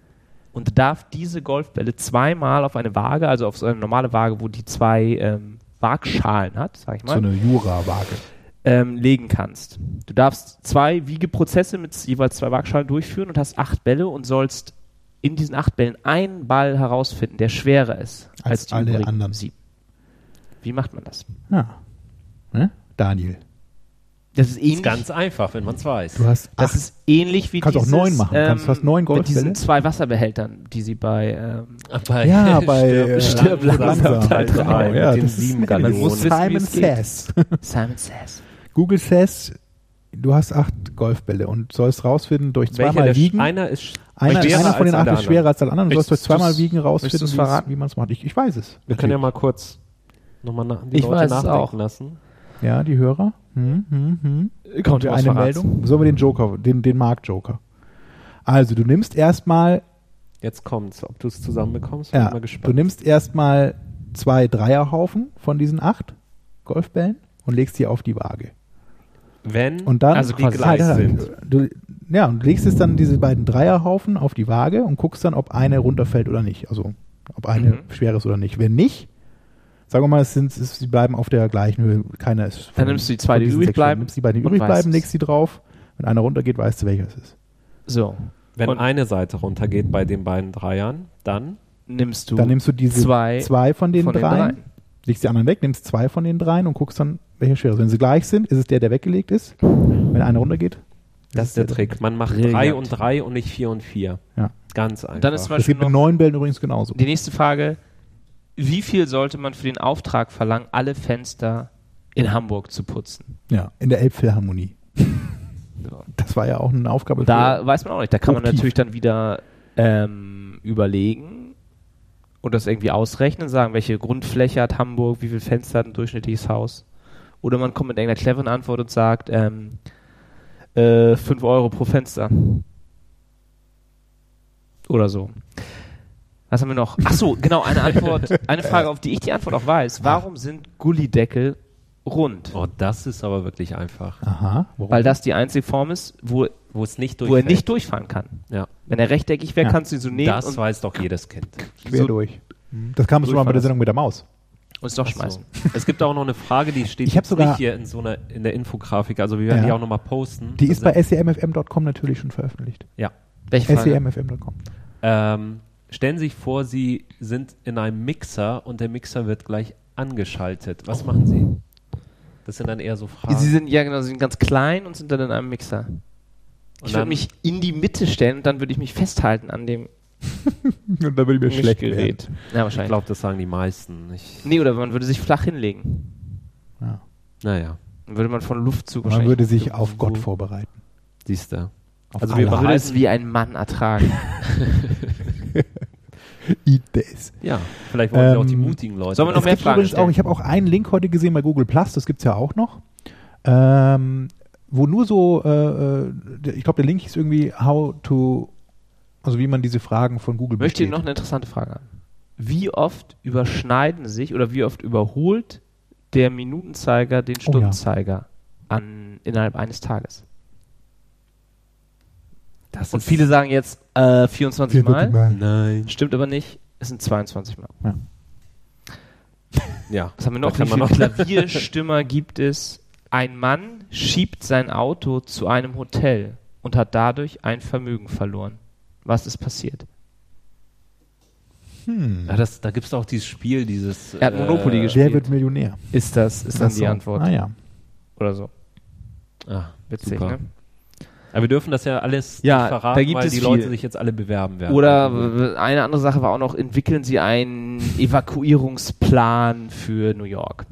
Speaker 1: und darf diese Golfbälle zweimal auf eine Waage, also auf so eine normale Waage, wo die zwei ähm, Waagschalen hat, sag ich
Speaker 2: so
Speaker 1: mal,
Speaker 2: eine Jura-Waage.
Speaker 1: ähm, legen kannst. Du darfst zwei Wiegeprozesse mit jeweils zwei Waagschalen durchführen und hast acht Bälle und sollst in diesen acht Bällen einen Ball herausfinden, der schwerer ist als,
Speaker 2: Als
Speaker 1: die
Speaker 2: alle
Speaker 1: übrigen
Speaker 2: anderen.
Speaker 1: sieben. Wie macht man das?
Speaker 2: Ja. Ne? Daniel,
Speaker 1: Das ist ähnlich.
Speaker 3: Ist ganz einfach, wenn man es weiß.
Speaker 2: du hast
Speaker 1: Das
Speaker 2: acht
Speaker 1: ist ähnlich wie
Speaker 2: Kannst auch
Speaker 1: dieses, ähm,
Speaker 2: neun machen. Kannst fast neun
Speaker 1: Mit diesen
Speaker 2: Golfbälle.
Speaker 1: zwei Wasserbehältern, die sie bei ähm,
Speaker 3: Bei
Speaker 2: Ja, bei,
Speaker 3: Stirb-
Speaker 2: äh,
Speaker 3: Stirb langsam Teil
Speaker 2: Genau,
Speaker 3: drei mit
Speaker 2: ja,
Speaker 3: den
Speaker 2: das ist
Speaker 3: sieben
Speaker 2: ähnlich.
Speaker 3: Gallonen.
Speaker 1: Du musst wissen, wie
Speaker 2: Simon
Speaker 1: es geht.
Speaker 2: Says.
Speaker 1: Simon Says.
Speaker 2: Google says, du hast acht Golfbälle und sollst rausfinden durch
Speaker 3: Welcher
Speaker 2: zweimal
Speaker 3: der
Speaker 2: wiegen.
Speaker 3: Sch- einer ist sch-
Speaker 2: einer,
Speaker 3: schwerer
Speaker 2: einer von
Speaker 3: als
Speaker 2: den acht
Speaker 3: alle
Speaker 2: ist schwerer als der andere. Du sollst durch
Speaker 3: Möchtest
Speaker 2: zweimal
Speaker 3: du's-
Speaker 2: wiegen
Speaker 3: möchtest
Speaker 2: rausfinden,
Speaker 3: du's
Speaker 2: wie es-
Speaker 3: verraten?
Speaker 2: wie man es macht. Ich, ich weiß es.
Speaker 3: Wir können ja
Speaker 2: Natürlich.
Speaker 3: mal kurz nochmal na die
Speaker 1: Ich
Speaker 3: Leute
Speaker 1: weiß es
Speaker 3: nachdenken
Speaker 1: auch.
Speaker 3: lassen.
Speaker 2: ja, die Hörer. Hm, hm, hm.
Speaker 3: Äh,
Speaker 1: Kommt
Speaker 2: Eine Meldung. Sollen wir den Joker, den, den Mark-Joker. Also, du nimmst erstmal
Speaker 3: Jetzt kommt's. Ob du es zusammenbekommst, bin ich
Speaker 2: Ja,
Speaker 3: mal
Speaker 2: du
Speaker 3: gespannt.
Speaker 2: nimmst erstmal zwei Dreierhaufen von diesen acht Golfbällen und legst die auf die Waage.
Speaker 3: wenn
Speaker 2: Und dann
Speaker 1: Also quasi
Speaker 2: Halt, halt,
Speaker 3: gleich
Speaker 2: halt. Du, ja, und legst es dann diese beiden Dreierhaufen auf die Waage und guckst dann, ob eine runterfällt oder nicht. Also ob eine
Speaker 1: Mhm.
Speaker 2: schwer ist oder nicht. Wenn nicht, sagen wir mal, es sind, es, sie bleiben auf der gleichen Höhe. Keiner ist von-
Speaker 1: nimmst du die zwei,
Speaker 2: von
Speaker 1: die
Speaker 2: diesen
Speaker 1: übrig
Speaker 2: sechs Schlägen.
Speaker 1: bleiben
Speaker 2: Nimmst die beiden, die
Speaker 1: und
Speaker 2: übrig
Speaker 1: weißt
Speaker 2: bleiben,
Speaker 1: es.
Speaker 2: legst die drauf. Wenn einer runtergeht, weißt du, welcher es ist.
Speaker 1: So,
Speaker 3: wenn
Speaker 1: und-
Speaker 3: eine Seite runtergeht bei den beiden Dreiern, dann
Speaker 1: nimmst du,
Speaker 2: Dann nimmst du diese
Speaker 1: zwei,
Speaker 2: zwei von den
Speaker 1: von den
Speaker 2: dreien,
Speaker 1: dreien.
Speaker 2: legst die anderen weg, nimmst zwei von den dreien und guckst dann, welcher schwerer ist. Wenn sie gleich sind, ist es der, der weggelegt ist. Wenn einer runtergeht,
Speaker 3: das ist der Trick. Man macht
Speaker 1: Brillant.
Speaker 3: drei und drei und nicht vier und vier.
Speaker 2: Ja.
Speaker 3: Ganz einfach.
Speaker 1: dann ist zum
Speaker 2: Das
Speaker 1: Beispiel
Speaker 2: geht mit
Speaker 1: noch
Speaker 2: neun Bällen übrigens genauso.
Speaker 1: die nächste Frage, wie viel sollte man für den Auftrag verlangen, alle Fenster in Hamburg zu putzen?
Speaker 2: Ja, in der Elbphilharmonie.
Speaker 1: So.
Speaker 2: Das war ja auch eine Aufgabe.
Speaker 1: Da weiß man auch nicht, da kann man
Speaker 2: Hochtief.
Speaker 1: natürlich dann wieder ähm, überlegen und das irgendwie ausrechnen, sagen, welche Grundfläche hat Hamburg, wie viele Fenster hat ein durchschnittliches Haus. Oder man kommt mit irgendeiner cleveren Antwort und sagt, ähm, äh, 5 Euro pro Fenster. Oder so. Was haben wir noch? Ach so, genau, eine Antwort, eine Frage, auf die ich die Antwort auch weiß. Warum sind Gullideckel rund?
Speaker 3: oh, das ist aber wirklich einfach.
Speaker 2: für, aha. Warum?
Speaker 1: Weil das die einzige Form ist, wo,
Speaker 3: Wo es nicht
Speaker 1: wo er
Speaker 3: durchfällt.
Speaker 1: nicht durchfahren kann.
Speaker 3: ja.
Speaker 1: Wenn er rechteckig wäre,
Speaker 2: Ja.
Speaker 1: kannst du ihn so nehmen
Speaker 3: Das
Speaker 1: und,
Speaker 3: weiß doch jedes Kind.
Speaker 2: quer
Speaker 1: so-
Speaker 2: durch. Das kam schon mal bei der Sendung mit der Maus.
Speaker 1: uns doch schmeißen.
Speaker 3: So. Es gibt auch noch eine Frage, die steht
Speaker 2: Ich hab
Speaker 3: jetzt
Speaker 2: sogar-
Speaker 3: nicht hier in so einer in der Infografik. Also wir werden
Speaker 2: Ja.
Speaker 3: die auch nochmal posten.
Speaker 2: Die ist
Speaker 3: Also,
Speaker 2: bei E semfm.com natürlich schon veröffentlicht. E
Speaker 3: ja.
Speaker 1: Welche Frage?
Speaker 2: semfm.com.
Speaker 3: Ähm, stellen Sie sich vor, Sie sind in einem Mixer und der Mixer wird gleich angeschaltet. Was machen Sie? Das sind dann eher so Fragen.
Speaker 1: Sie sind ja genau, sie sind ganz klein und sind dann in einem Mixer.
Speaker 3: Und
Speaker 1: Ich würde
Speaker 3: dann-
Speaker 1: mich in die Mitte stellen und dann würde ich mich festhalten an dem
Speaker 2: Und da würde ich mir schlecht werden.
Speaker 1: Gerät. Ja,
Speaker 3: ich
Speaker 1: wahrscheinlich.
Speaker 3: glaube, das sagen die meisten. Ich,
Speaker 1: Nee, oder man würde sich flach hinlegen.
Speaker 2: Ja.
Speaker 3: naja,
Speaker 1: Dann würde man von Luftzug
Speaker 2: Man würde sich auf
Speaker 3: So.
Speaker 2: Gott vorbereiten.
Speaker 3: siehst du.
Speaker 2: Auf
Speaker 3: Also wir
Speaker 1: Man
Speaker 2: Allah.
Speaker 1: würde es wie ein Mann ertragen.
Speaker 2: Eat this.
Speaker 3: Ja, vielleicht wollen Sie auch die
Speaker 2: Ähm,
Speaker 3: mutigen Leute.
Speaker 1: sollen wir noch
Speaker 3: Das-
Speaker 1: mehr
Speaker 2: gibt
Speaker 1: Fragen
Speaker 2: übrigens
Speaker 1: stellen.
Speaker 2: auch, ich habe auch einen Link heute gesehen bei Google Plus, das gibt's ja auch noch, ähm, wo nur so, äh, äh, der- ich glaube, der Link ist irgendwie how to, also wie man diese Fragen von Google
Speaker 1: Möchte ich
Speaker 2: besteht.
Speaker 1: noch eine interessante Frage haben. Wie oft überschneiden sich oder wie oft überholt der Minutenzeiger den
Speaker 2: Oh ja.
Speaker 1: Stundenzeiger an, innerhalb eines Tages?
Speaker 3: Das
Speaker 1: Und
Speaker 3: ist-
Speaker 1: viele sagen jetzt äh, 24 Mal.
Speaker 3: Nein.
Speaker 1: Stimmt aber nicht. Es sind 22 Mal.
Speaker 3: Ja.
Speaker 1: Was haben wir
Speaker 3: Da
Speaker 1: noch? Wie
Speaker 3: kann man
Speaker 1: viele
Speaker 3: noch-
Speaker 1: Klavierstimmer gibt es? Ein Mann schiebt sein Auto zu einem Hotel und hat dadurch ein Vermögen verloren. Was ist passiert?
Speaker 2: Hm.
Speaker 3: Ja, das, da gibt es auch dieses Spiel, dieses. äh,
Speaker 1: Er hat Monopoly gespielt.
Speaker 2: Wer wird Millionär?
Speaker 1: Ist das, ist dann
Speaker 2: Ach so.
Speaker 1: die Antwort.
Speaker 2: Ah ja.
Speaker 1: Oder so.
Speaker 3: Ah,
Speaker 1: Witzig,
Speaker 3: Super.
Speaker 1: ne?
Speaker 3: aber wir dürfen das ja alles
Speaker 1: Ja,
Speaker 3: nicht verraten,
Speaker 1: da gibt
Speaker 3: weil
Speaker 1: es
Speaker 3: die Leute
Speaker 1: viel.
Speaker 3: sich jetzt alle bewerben werden. Also,
Speaker 1: Oder äh, eine andere Sache war auch noch, entwickeln sie einen Evakuierungsplan für New York.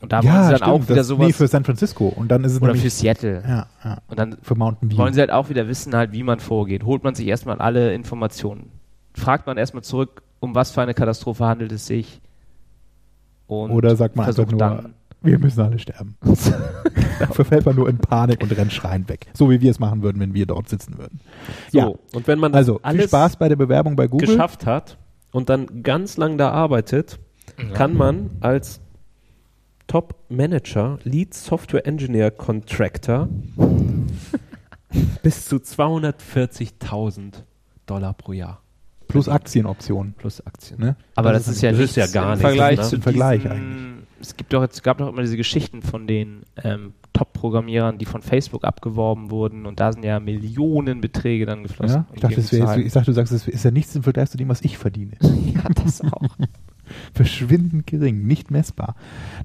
Speaker 1: Und da wollen sie dann auch wieder
Speaker 2: das-
Speaker 1: sowas.
Speaker 2: Nee, für San Francisco. Und dann ist es
Speaker 1: oder für
Speaker 2: nämlich,
Speaker 1: Seattle.
Speaker 2: ja, ja,
Speaker 1: Und dann
Speaker 2: für Mountain View.
Speaker 1: wollen sie halt auch wieder wissen, halt, wie man vorgeht. Holt man sich erstmal alle Informationen. Fragt man erstmal zurück, um was für eine Katastrophe handelt es sich. Und
Speaker 2: Oder sagt man einfach
Speaker 1: versucht
Speaker 2: nur,
Speaker 1: dann.
Speaker 2: wir müssen alle sterben. Dafür fällt man nur in Panik und rennt schreiend weg. So wie wir es machen würden, wenn wir dort sitzen würden.
Speaker 3: So,
Speaker 2: Ja.
Speaker 3: und wenn man das
Speaker 2: Also,
Speaker 3: alles
Speaker 2: viel Spaß bei der Bewerbung bei Google.
Speaker 3: geschafft hat und dann ganz lang da arbeitet, kann man als Top Manager, Lead Software Engineer Contractor bis zu 240.000 Dollar pro Jahr
Speaker 2: Plus Aktienoptionen.
Speaker 3: plus Aktien.
Speaker 2: Ne?
Speaker 1: Aber das, ist ja
Speaker 3: Das
Speaker 1: nichts
Speaker 3: ist ja gar
Speaker 1: im
Speaker 3: nichts,
Speaker 1: Vergleich
Speaker 3: ne?
Speaker 1: zu
Speaker 2: Im Vergleich
Speaker 1: diesen,
Speaker 2: eigentlich.
Speaker 1: Es gibt doch jetzt, gab doch immer diese Geschichten von den ähm, Top-Programmierern, die von Facebook abgeworben wurden und da sind ja Millionenbeträge dann geflossen.
Speaker 2: Ja?
Speaker 1: um
Speaker 2: Ich, dachte,
Speaker 1: gegen
Speaker 2: das wäre
Speaker 1: zu
Speaker 2: jetzt, ich dachte, du sagst, das ist ja nichts im Vergleich zu dem, was ich verdiene.
Speaker 1: halten. ja, das auch.
Speaker 2: Verschwindend gering, nicht messbar.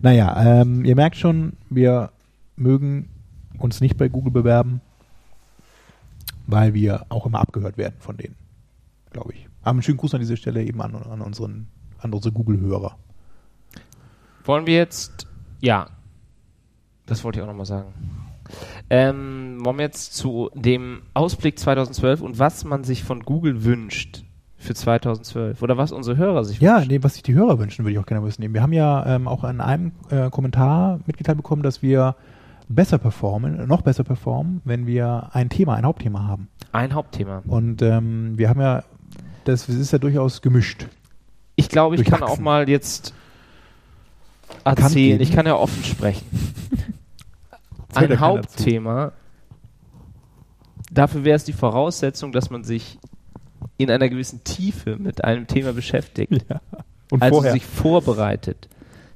Speaker 2: Naja, ähm, ihr merkt schon, wir mögen uns nicht bei Google bewerben, weil wir auch immer abgehört werden von denen, glaube ich. Aber einen schönen Gruß an dieser Stelle eben an, an, unseren, an unsere Google-Hörer.
Speaker 1: Wollen wir jetzt, ja, das wollte ich auch nochmal sagen. Ähm, wollen wir jetzt zu dem Ausblick 2012 und was man sich von Google wünscht für 2012 oder was unsere Hörer sich
Speaker 2: Ja,
Speaker 1: wünschen.
Speaker 2: nee, was sich die Hörer wünschen, würde ich auch gerne wissen. Wir haben ja ähm, auch in einem äh, Kommentar mitgeteilt bekommen, dass wir besser performen, noch besser performen, wenn wir ein Thema, ein Hauptthema haben.
Speaker 1: Ein Hauptthema.
Speaker 2: Und ähm, wir haben ja, das ist ja durchaus gemischt.
Speaker 1: Ich glaube, ich kann auch
Speaker 2: Durchwachsen.
Speaker 1: mal jetzt
Speaker 2: Bekannt
Speaker 1: erzählen.
Speaker 2: geben.
Speaker 1: Ich kann ja offen sprechen.
Speaker 2: Zählt ja
Speaker 1: Ein
Speaker 2: keiner
Speaker 1: Hauptthema, dafür wäre es die Voraussetzung, dass man sich in einer gewissen Tiefe mit einem Thema beschäftigt.
Speaker 2: Und
Speaker 1: also
Speaker 2: vorher.
Speaker 1: sich vorbereitet,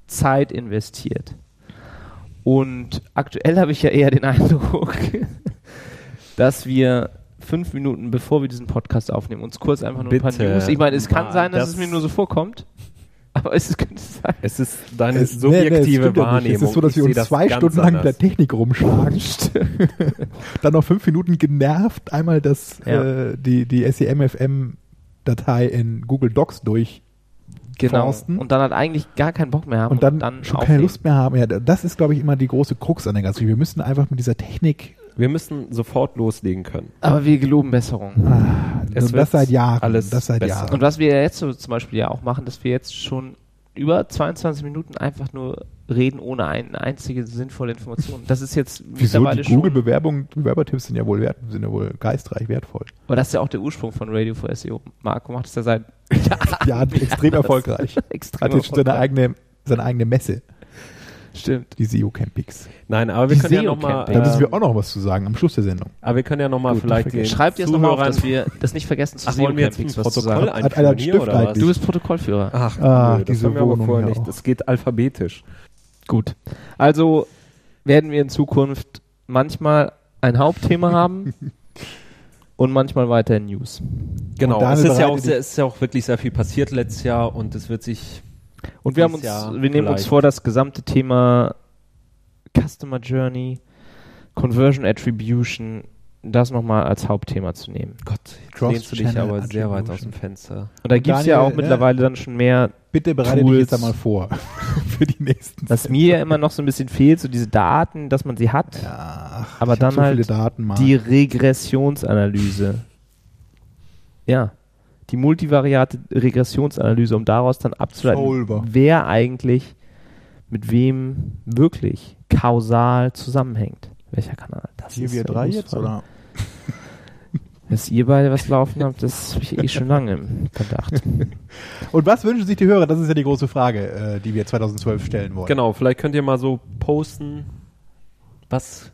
Speaker 1: Zeit investiert. Und aktuell habe ich ja eher den Eindruck, dass wir fünf Minuten, bevor wir diesen Podcast aufnehmen, uns kurz einfach nur ein paar
Speaker 3: Bitte,
Speaker 1: News. Ich meine, es kann
Speaker 3: Mann,
Speaker 1: sein, dass
Speaker 3: das-
Speaker 1: es mir nur so vorkommt, aber es könnte sein.
Speaker 3: Es ist deine
Speaker 2: Es- nee, nee, es
Speaker 3: subjektive
Speaker 2: stimmt doch nicht.
Speaker 3: Wahrnehmung.
Speaker 2: Es ist so, dass
Speaker 3: Ich
Speaker 2: wir
Speaker 3: sehe
Speaker 2: uns
Speaker 3: das
Speaker 2: zwei
Speaker 3: ganz
Speaker 2: Stunden lang mit der
Speaker 3: anders.
Speaker 2: Technik rumschlagen. Dann noch fünf Minuten genervt einmal das,
Speaker 1: Ja.
Speaker 2: äh, die, die SEMFM-Datei in Google Docs durch Forsten.
Speaker 1: Und dann hat eigentlich gar keinen Bock mehr haben.
Speaker 2: und dann, schon
Speaker 1: aufnehmen.
Speaker 2: keine Lust mehr haben. Ja, das ist, glaube ich, immer die große Krux an der ganzen Geschichte. Wir müssen einfach mit dieser Technik,
Speaker 3: Wir müssen sofort loslegen können.
Speaker 1: Aber wir geloben Besserung.
Speaker 3: Es
Speaker 2: und das
Speaker 3: wird
Speaker 2: seit Jahren,
Speaker 3: alles
Speaker 2: das seit
Speaker 3: besser.
Speaker 2: Jahren.
Speaker 1: Und was wir ja jetzt so zum Beispiel ja auch machen, dass wir jetzt schon über 22 Minuten einfach nur reden, ohne eine einzige sinnvolle Information. Das ist jetzt
Speaker 2: Wieso? Die
Speaker 1: mittlerweile schon,
Speaker 2: Google-Bewerbung, Bewerbertipps sind ja wohl wert, sind ja wohl geistreich wertvoll.
Speaker 1: aber das ist ja auch der Ursprung von Radio for SEO. Marco macht es ja seit
Speaker 2: Ja, extrem erfolgreich.
Speaker 1: extrem
Speaker 3: genau
Speaker 2: Hat jetzt schon seine eigene, seine eigene Messe,
Speaker 1: Stimmt.
Speaker 2: die SEO Campings.
Speaker 3: Nein, aber wir
Speaker 1: Die
Speaker 3: können ja nochmal.
Speaker 1: SEO-Camping.
Speaker 2: Da müssen wir auch noch was zu sagen am Schluss der Sendung.
Speaker 3: aber wir können ja nochmal
Speaker 2: Gut,
Speaker 3: vielleicht
Speaker 2: vergessen.
Speaker 3: den
Speaker 1: Schreibt jetzt nochmal auf,
Speaker 3: Zuhörern.
Speaker 1: dass wir das nicht vergessen zu
Speaker 3: Ach, wollen wir jetzt ein
Speaker 1: SEO-Campings was zu
Speaker 3: Protokoll
Speaker 1: sagen.
Speaker 2: Hat einer einen
Speaker 3: einführen hier,
Speaker 2: Stift
Speaker 3: oder was?
Speaker 2: eigentlich?
Speaker 1: Du bist Protokollführer.
Speaker 3: Ach,
Speaker 2: Ah,
Speaker 3: nö, das
Speaker 2: diese
Speaker 3: haben wir aber
Speaker 2: Wohnung
Speaker 3: vorher
Speaker 2: hier
Speaker 3: nicht.
Speaker 2: auch.
Speaker 3: Das geht alphabetisch.
Speaker 1: Gut. Also werden wir in Zukunft manchmal ein Hauptthema haben und manchmal weiter News.
Speaker 3: Genau,
Speaker 2: Daniel
Speaker 3: es ist ja,
Speaker 2: bereitet
Speaker 3: auch
Speaker 2: halt die-
Speaker 3: sehr, es ist ja auch wirklich sehr viel passiert letztes Jahr und es wird sich
Speaker 1: Und wir haben uns,
Speaker 3: Dieses Jahr
Speaker 1: wir nehmen uns
Speaker 3: vielleicht.
Speaker 1: vor, das gesamte Thema Customer Journey, Conversion Attribution, das nochmal als Hauptthema zu nehmen.
Speaker 3: Gott, jetzt
Speaker 2: Cross
Speaker 3: lehnst du dich
Speaker 2: Channel
Speaker 3: aber sehr weit aus
Speaker 2: Attribution.
Speaker 3: dem Fenster.
Speaker 1: Und da gibt es ja
Speaker 2: Daniel,
Speaker 1: auch
Speaker 2: ne?
Speaker 1: mittlerweile dann schon mehr,
Speaker 2: Bitte bereite
Speaker 1: Tools.
Speaker 2: dich jetzt da mal vor für die nächsten.
Speaker 1: was mir ja immer noch so ein bisschen fehlt, so diese Daten, dass man sie hat,
Speaker 2: Ja, ach,
Speaker 1: Aber
Speaker 2: ich hab
Speaker 1: dann
Speaker 2: so
Speaker 1: halt
Speaker 2: viele Daten mal.
Speaker 1: die Regressionsanalyse. Ja, die multivariate Regressionsanalyse, um daraus dann abzuleiten,
Speaker 2: Solver.
Speaker 1: wer eigentlich mit wem wirklich kausal zusammenhängt. Welcher Kanal? Das
Speaker 2: Hier
Speaker 1: ist
Speaker 2: wir
Speaker 1: ja
Speaker 2: drei
Speaker 1: bloß
Speaker 2: jetzt,
Speaker 1: voll.
Speaker 2: oder?
Speaker 1: Dass ihr beide was laufen habt, das habe ich eh schon lange im Verdacht.
Speaker 2: Und was wünschen sich die Hörer? Das ist ja die große Frage, äh, die wir 2012 stellen wollen.
Speaker 3: Genau, vielleicht könnt ihr mal so posten, was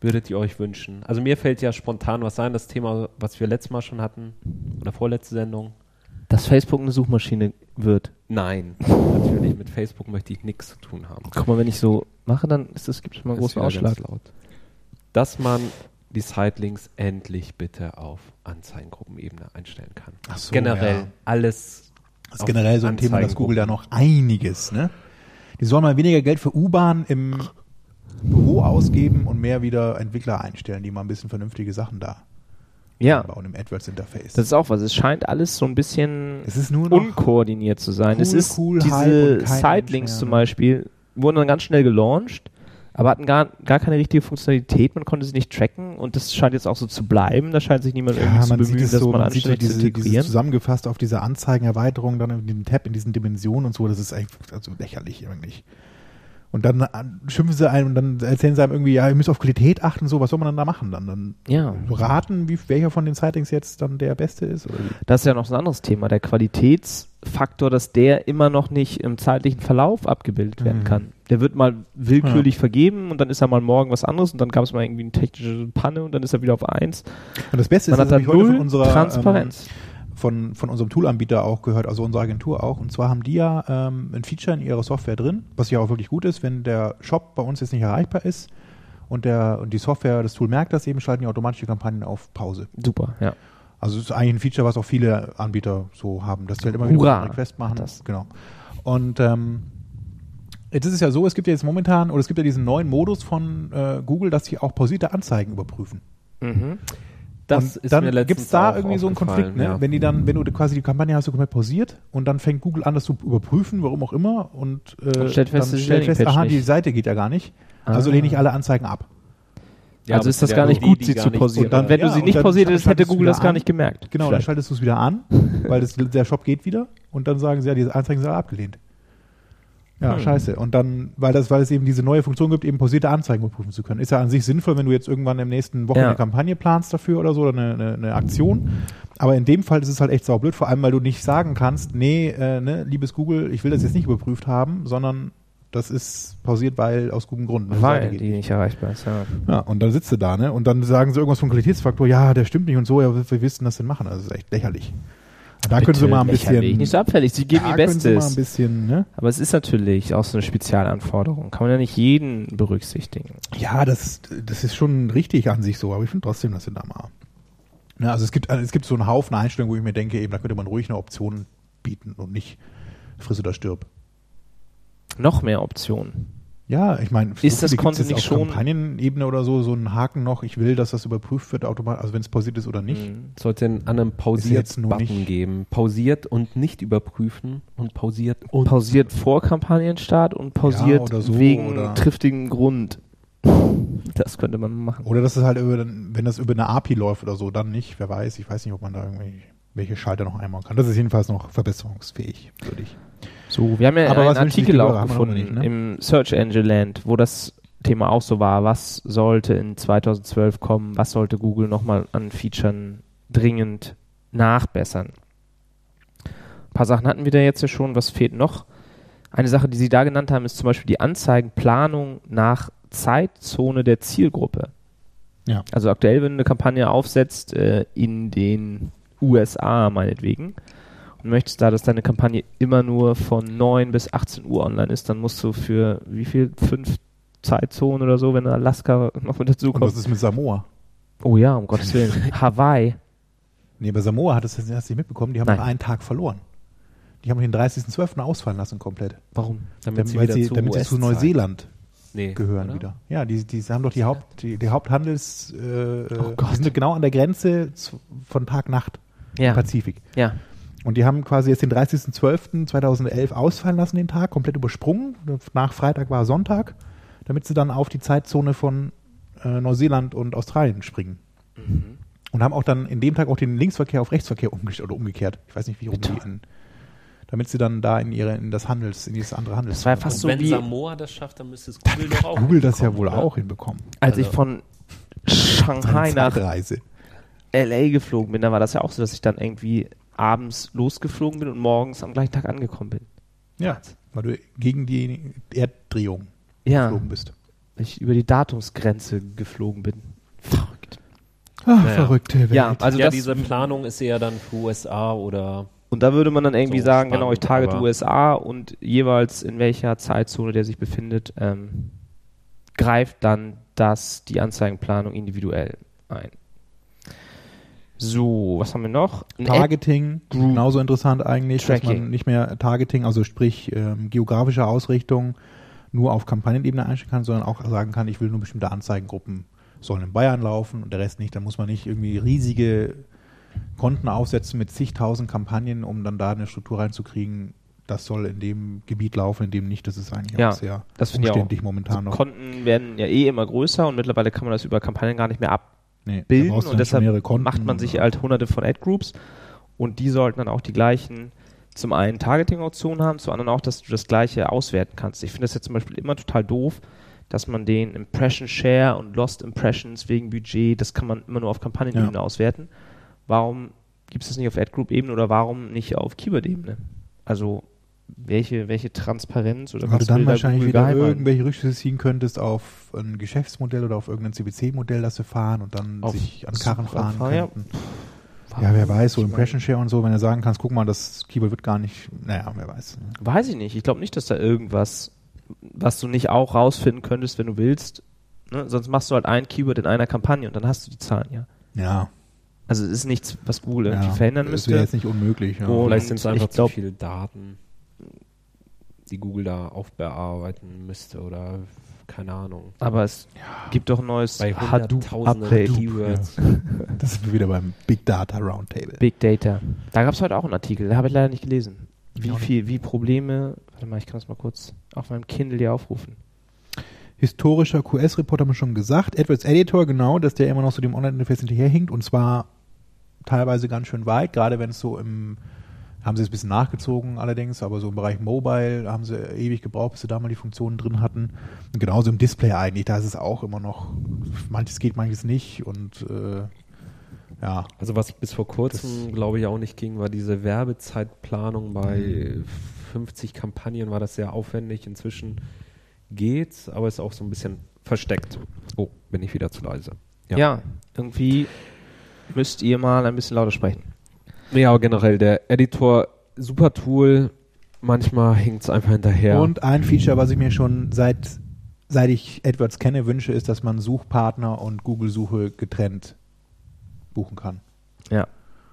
Speaker 3: würdet ihr euch wünschen? Also mir fällt ja spontan was ein, das Thema, was wir letztes Mal schon hatten oder vorletzte Sendung.
Speaker 1: Dass Facebook eine Suchmaschine wird.
Speaker 3: Nein, natürlich mit Facebook möchte ich nichts zu tun haben.
Speaker 1: Guck mal, wenn ich so mache, dann ist das, gibt es mal einen
Speaker 3: Das ist
Speaker 1: großen
Speaker 3: wieder ganz
Speaker 1: Ausschlag.
Speaker 3: Laut. Dass man die Sitelinks endlich bitte auf Anzeigengruppenebene einstellen kann.
Speaker 2: Ach so,
Speaker 3: Generell
Speaker 2: ja.
Speaker 3: alles
Speaker 2: Das ist generell so ein Thema, dass Google da noch einiges, ne? Die sollen mal weniger Geld für U-Bahn im Büro ausgeben und mehr wieder Entwickler einstellen, die mal ein bisschen vernünftige Sachen da
Speaker 1: Ja,
Speaker 2: bauen im AdWords-Interface.
Speaker 1: das ist auch was. Es scheint alles so ein bisschen
Speaker 2: Es ist nur noch
Speaker 1: unkoordiniert zu sein. es
Speaker 2: cool,
Speaker 1: ist
Speaker 2: cool, Hype
Speaker 1: diese
Speaker 2: und kein Mensch
Speaker 1: Sidelinks
Speaker 2: mehr,
Speaker 1: zum
Speaker 2: ne?
Speaker 1: Beispiel wurden dann ganz schnell gelauncht, aber hatten gar, gar keine richtige Funktionalität. Man konnte sie nicht tracken und das scheint jetzt auch so zu bleiben. Da scheint sich niemand irgendwie
Speaker 2: ja,
Speaker 1: zu
Speaker 2: man
Speaker 1: bemühen,
Speaker 2: sieht es
Speaker 1: dass
Speaker 2: so,
Speaker 1: man
Speaker 2: man sieht so
Speaker 1: anständig zu
Speaker 2: diese, dieses
Speaker 1: integrieren.
Speaker 2: zusammengefasst auf diese Anzeigenerweiterung dann in dem Tab in diesen Dimensionen und so, das ist eigentlich also lächerlich eigentlich. Und dann an- schimpfen sie einem und dann erzählen sie einem irgendwie, ja, ihr müsst auf Qualität achten, so, was soll man dann da machen? Dann, dann
Speaker 1: Ja.
Speaker 2: raten, wie, welcher von den Sightings jetzt dann der beste ist? Oder wie?
Speaker 1: Das ist ja noch so ein anderes Thema, der Qualitätsfaktor, dass der immer noch nicht im zeitlichen Verlauf abgebildet werden
Speaker 2: Mhm.
Speaker 1: kann. Der wird mal willkürlich vergeben und dann ist er mal morgen was anderes und dann gab es mal irgendwie eine technische Panne und dann ist er wieder auf eins.
Speaker 2: Und das Beste
Speaker 1: Man
Speaker 2: ist,
Speaker 1: hat
Speaker 2: das
Speaker 1: dann
Speaker 2: habe ich heute
Speaker 1: null
Speaker 2: von unserer ähm,
Speaker 1: Transparenz.
Speaker 2: von, von unserem Tool-Anbieter auch gehört, also unserer Agentur auch. Und zwar haben die ja ähm, ein Feature in ihrer Software drin, was ja auch wirklich gut ist, wenn der Shop bei uns jetzt nicht erreichbar ist und, der, und die Software, das Tool merkt das eben, schalten die automatische Kampagnen auf Pause.
Speaker 1: Super, ja.
Speaker 2: Also es ist eigentlich ein Feature, was auch viele Anbieter so haben, dass sie halt immer wieder
Speaker 1: Hurra,
Speaker 2: einen Request machen.
Speaker 1: hat das.
Speaker 2: Genau. Und ähm, jetzt ist es ja so, es gibt ja jetzt momentan, oder es gibt ja diesen neuen Modus von äh, Google, dass sie auch pausierte Anzeigen überprüfen. Und
Speaker 3: Das ist mir
Speaker 2: dann
Speaker 3: letztens
Speaker 2: gibt es da
Speaker 3: auch
Speaker 2: irgendwie so einen
Speaker 3: aufgefallen,
Speaker 2: Konflikt, ne?
Speaker 3: ja. Mhm.
Speaker 2: wenn die dann, wenn du quasi die Kampagne hast, du komplett pausiert und dann fängt Google an, das zu überprüfen, warum auch immer und, äh,
Speaker 1: Und stellt fest,
Speaker 2: dann
Speaker 1: die
Speaker 2: stellt fest
Speaker 1: Landingpage
Speaker 2: aha, die
Speaker 1: nicht.
Speaker 2: Seite geht ja gar nicht, also
Speaker 3: Ah.
Speaker 2: lehne ich alle Anzeigen ab.
Speaker 3: Ja,
Speaker 1: also
Speaker 3: aber
Speaker 1: ist das
Speaker 3: der
Speaker 1: gar nicht
Speaker 3: Logik,
Speaker 1: gut,
Speaker 3: die
Speaker 1: sie
Speaker 3: gar
Speaker 1: zu
Speaker 3: nicht
Speaker 1: pausieren.
Speaker 3: so-
Speaker 2: dann-
Speaker 1: Und wenn
Speaker 2: ja,
Speaker 1: du sie
Speaker 2: und
Speaker 1: nicht
Speaker 2: dann
Speaker 1: pausiert hättest, hätte
Speaker 2: schaltest du
Speaker 1: Google das
Speaker 2: wieder
Speaker 1: gar
Speaker 2: an.
Speaker 1: nicht gemerkt.
Speaker 2: Genau, dann
Speaker 1: Vielleicht.
Speaker 2: schaltest du es wieder an, weil das, der Shop geht wieder und dann sagen sie, ja, diese Anzeigen sind alle abgelehnt.
Speaker 1: Hm.
Speaker 2: Ja, scheiße. Und dann, weil das, weil es eben diese neue Funktion gibt, eben pausierte Anzeigen überprüfen zu können. Ist ja an sich sinnvoll, wenn du jetzt irgendwann im nächsten Wochen
Speaker 1: Ja.
Speaker 2: eine Kampagne planst dafür oder so, oder eine, eine, eine Aktion. Aber in dem Fall ist es halt echt saublöd, vor allem, weil du nicht sagen kannst, nee, äh, ne, liebes Google, ich will das jetzt nicht überprüft haben, sondern das ist pausiert, weil aus gutem Grund. ne, Seite
Speaker 1: weil
Speaker 2: geht
Speaker 1: die nicht erreichbar ist. Ja.
Speaker 2: ja, und dann sitzt du da, ne? Und dann sagen sie irgendwas vom Qualitätsfaktor, ja, der stimmt nicht und so, ja, wir wissen das denn machen. Also das ist echt lächerlich. Da können sie mal ein bisschen.
Speaker 1: Nicht so abfällig, sie geben ihr
Speaker 2: da können sie mal ein
Speaker 1: Bestes.
Speaker 2: bisschen, ne?
Speaker 1: Aber es ist natürlich auch so eine Spezialanforderung. Kann man ja nicht jeden berücksichtigen.
Speaker 2: Ja, das, das ist schon richtig an sich so, aber ich finde trotzdem, dass sie da mal. Ne, also es gibt, es gibt so einen Haufen Einstellungen, wo ich mir denke, eben, da könnte man ruhig eine Option bieten und nicht friss oder stirb.
Speaker 1: Noch mehr Optionen.
Speaker 2: Ja, ich meine,
Speaker 1: Ist das
Speaker 2: viele gibt's
Speaker 1: Content
Speaker 2: jetzt
Speaker 1: nicht
Speaker 2: auf
Speaker 1: schon-
Speaker 2: Kampagnenebene oder so, so einen Haken noch, ich will, dass das überprüft wird, automatisch, also wenn es pausiert ist oder nicht.
Speaker 3: Sollte einen anderen
Speaker 2: jetzt nur
Speaker 3: Pausiert-Button
Speaker 2: nicht-
Speaker 3: geben. Pausiert und nicht überprüfen und pausiert und
Speaker 1: pausiert vor Kampagnenstart und pausiert
Speaker 2: oder so,
Speaker 1: wegen
Speaker 2: oder-
Speaker 1: triftigem Grund. Das könnte man machen.
Speaker 2: Oder dass es halt über, wenn das über eine API läuft oder so, dann nicht. Wer weiß, ich weiß nicht, ob man da irgendwie welche Schalter noch einbauen kann. Das ist jedenfalls noch verbesserungsfähig, würde ich.
Speaker 1: So, wir haben ja
Speaker 2: Aber
Speaker 1: einen
Speaker 2: was wünschen sich
Speaker 1: Artikel
Speaker 2: die
Speaker 1: auch
Speaker 2: Hörer? Haben wir noch
Speaker 1: gefunden
Speaker 2: nicht, ne?
Speaker 1: im Search Engine Land, wo das Thema auch so war. Was sollte in 2012 kommen? Was sollte Google nochmal an Features dringend nachbessern? Ein paar Sachen hatten wir da jetzt ja schon. Was fehlt noch? Eine Sache, die Sie da genannt haben, ist zum Beispiel die Anzeigenplanung nach Zeitzone der Zielgruppe.
Speaker 2: Ja.
Speaker 1: Also aktuell, wenn du eine Kampagne aufsetzt äh, in den USA meinetwegen und möchtest da, dass deine Kampagne immer nur von 9 bis 18 Uhr online ist, dann musst du für wie viel? Fünf Zeitzonen oder so, wenn Alaska noch mit dazu
Speaker 2: Und was
Speaker 1: kommt.
Speaker 2: ist mit Samoa?
Speaker 1: Oh ja, um Gottes Willen. Hawaii.
Speaker 2: Nee, bei Samoa hat es jetzt erst nicht mitbekommen, die haben
Speaker 1: Nein.
Speaker 2: noch einen Tag verloren. Die haben den 30.12. ausfallen lassen komplett.
Speaker 1: Warum?
Speaker 3: damit
Speaker 2: Damit,
Speaker 3: sie
Speaker 2: weil
Speaker 3: wieder
Speaker 2: sie,
Speaker 3: zu,
Speaker 2: damit sie zu Neuseeland
Speaker 3: nee,
Speaker 2: gehören
Speaker 3: oder?
Speaker 2: wieder. Ja, die, die haben doch die Haupt, die, die Haupthandels, äh, äh,
Speaker 1: Gott.
Speaker 2: die sind genau an der Grenze zu, von Tag-Nacht im
Speaker 1: Ja,
Speaker 2: Pazifik.
Speaker 1: ja.
Speaker 2: Und die haben quasi jetzt den 30.12.2011 ausfallen lassen, den Tag, komplett übersprungen. Nach Freitag war Sonntag, damit sie dann auf die Zeitzone von äh, Neuseeland und Australien springen. Und haben auch dann in dem Tag auch den Linksverkehr auf Rechtsverkehr umgestellt oder umgekehrt. Ich weiß nicht, wie rum die in, damit sie dann da in ihre, in das Handels, in dieses andere Handels.
Speaker 1: Das war ja fast so
Speaker 4: Wenn
Speaker 1: wie,
Speaker 4: Samoa das schafft, dann müsste es Google doch auch.
Speaker 2: Google das ja wohl
Speaker 4: hinbekommen,
Speaker 2: auch hinbekommen.
Speaker 1: als
Speaker 2: Also-
Speaker 1: ich von Shanghai nach
Speaker 2: Zeitreise.
Speaker 1: LA geflogen bin, da war das ja auch so, dass ich dann irgendwie abends losgeflogen bin und morgens am gleichen Tag angekommen bin.
Speaker 2: Ja, weil du gegen die Erddrehung
Speaker 1: Ja,
Speaker 2: geflogen bist.
Speaker 1: weil ich über die Datumsgrenze geflogen bin. Verrückt.
Speaker 2: Ach,
Speaker 3: Naja.
Speaker 2: verrückte Welt.
Speaker 1: Ja, also
Speaker 3: ja,
Speaker 1: das,
Speaker 3: diese Planung ist eher dann für USA oder
Speaker 1: und da würde man dann irgendwie
Speaker 3: So
Speaker 1: sagen,
Speaker 3: spannend,
Speaker 1: genau, ich target
Speaker 3: aber-
Speaker 1: USA und jeweils in welcher Zeitzone der sich befindet, ähm, greift dann das, die Anzeigenplanung individuell ein. So, was haben wir noch? Ein App-
Speaker 2: Targeting,
Speaker 1: Group.
Speaker 2: genauso interessant eigentlich, dass
Speaker 1: Tracking.
Speaker 2: man nicht mehr Targeting, also sprich ähm, geografische Ausrichtung, nur auf Kampagnenebene einstellen kann, sondern auch sagen kann, ich will nur bestimmte Anzeigengruppen sollen in Bayern laufen und der Rest nicht. Dann muss man nicht irgendwie riesige Konten aufsetzen mit zigtausend Kampagnen, um dann da eine Struktur reinzukriegen. Das soll in dem Gebiet laufen, in dem nicht. Das ist eigentlich
Speaker 1: Ja,
Speaker 2: auch sehr
Speaker 1: das finde ich auch.
Speaker 2: umständlich momentan noch.
Speaker 1: Konten werden ja eh immer größer und mittlerweile kann man das über Kampagnen gar nicht mehr abbilden
Speaker 2: Nee, da brauchst du dann schon
Speaker 1: und
Speaker 2: mehrere
Speaker 1: deshalb
Speaker 2: Konten
Speaker 1: macht man sich
Speaker 2: oder-
Speaker 1: halt hunderte von Ad-Groups und die sollten dann auch die gleichen zum einen Targeting-Optionen haben, zum anderen auch, dass du das gleiche auswerten kannst. Ich finde das ja zum Beispiel immer total doof, dass man den Impression Share und Lost Impressions wegen Budget, das kann man immer nur auf Kampagnenebene
Speaker 2: Ja.
Speaker 1: auswerten. Warum gibt es das nicht auf Ad-Group-Ebene oder warum nicht auf Keyword-Ebene? Also welche, welche Transparenz oder
Speaker 2: Weil du
Speaker 1: was
Speaker 2: dann
Speaker 1: will da
Speaker 2: wahrscheinlich
Speaker 1: Google
Speaker 2: wieder
Speaker 1: geheim halten?
Speaker 2: irgendwelche Rückschlüsse ziehen könntest auf ein Geschäftsmodell oder auf irgendein CPC-Modell, das sie fahren und dann
Speaker 1: Auf Ah,
Speaker 2: sich an Karren fahren
Speaker 1: Suchanfrage, ja.
Speaker 2: könnten. Ja, wer weiß, so Impression Share und so, wenn er sagen kannst, guck mal, das Keyword wird gar nicht, naja, wer weiß.
Speaker 1: Weiß ich nicht. Ich glaube nicht, dass da irgendwas, was du nicht auch rausfinden könntest, wenn du willst. Ne? Sonst machst du halt ein Keyword in einer Kampagne und dann hast du die Zahlen, ja.
Speaker 2: Ja,
Speaker 1: Also es ist nichts, was Google
Speaker 2: ja.
Speaker 1: irgendwie verhindern
Speaker 2: das
Speaker 1: müsste.
Speaker 2: wäre jetzt nicht unmöglich. Ja.
Speaker 1: Oh,
Speaker 3: Vielleicht
Speaker 1: Und
Speaker 3: sind es
Speaker 1: ich
Speaker 3: einfach
Speaker 1: glaub-
Speaker 3: zu viele Daten, die Google da aufbearbeiten müsste oder keine Ahnung.
Speaker 1: Aber es gibt doch ein neues
Speaker 3: Bei hunderttausenden
Speaker 1: Hadoop-Update.
Speaker 3: Keywords.
Speaker 2: Das sind wir wieder beim Big Data Roundtable.
Speaker 1: Big Data. Da gab es heute auch einen Artikel, den habe ich leider nicht gelesen. Wie
Speaker 2: Ja.
Speaker 1: viel, wie Probleme, warte mal, ich kann das mal kurz auf meinem Kindle hier aufrufen.
Speaker 2: Historischer QS-Report haben wir schon gesagt. AdWords Editor, genau, dass der immer noch so dem Online-Interface hinterherhinkt und zwar teilweise ganz schön weit, gerade wenn es so im, haben sie es ein bisschen nachgezogen allerdings, aber so im Bereich Mobile haben sie ewig gebraucht, bis sie da mal die Funktionen drin hatten. Und genauso im Display eigentlich, da ist es auch immer noch, manches geht, manches nicht und äh, ja,
Speaker 3: Also was bis vor kurzem, glaube ich, auch nicht ging, war diese Werbezeitplanung bei 50 Kampagnen war das sehr aufwendig. Inzwischen geht's, aber ist auch so ein bisschen versteckt. Oh, bin ich wieder zu leise.
Speaker 1: Ja. irgendwie müsst ihr mal ein bisschen lauter sprechen.
Speaker 3: Ja, aber generell, der Editor, super Tool, manchmal hängt es einfach hinterher.
Speaker 2: Und ein Feature, was ich mir schon seit, seit ich AdWords kenne, wünsche, ist, dass man Suchpartner und Google-Suche getrennt buchen kann.
Speaker 1: Ja.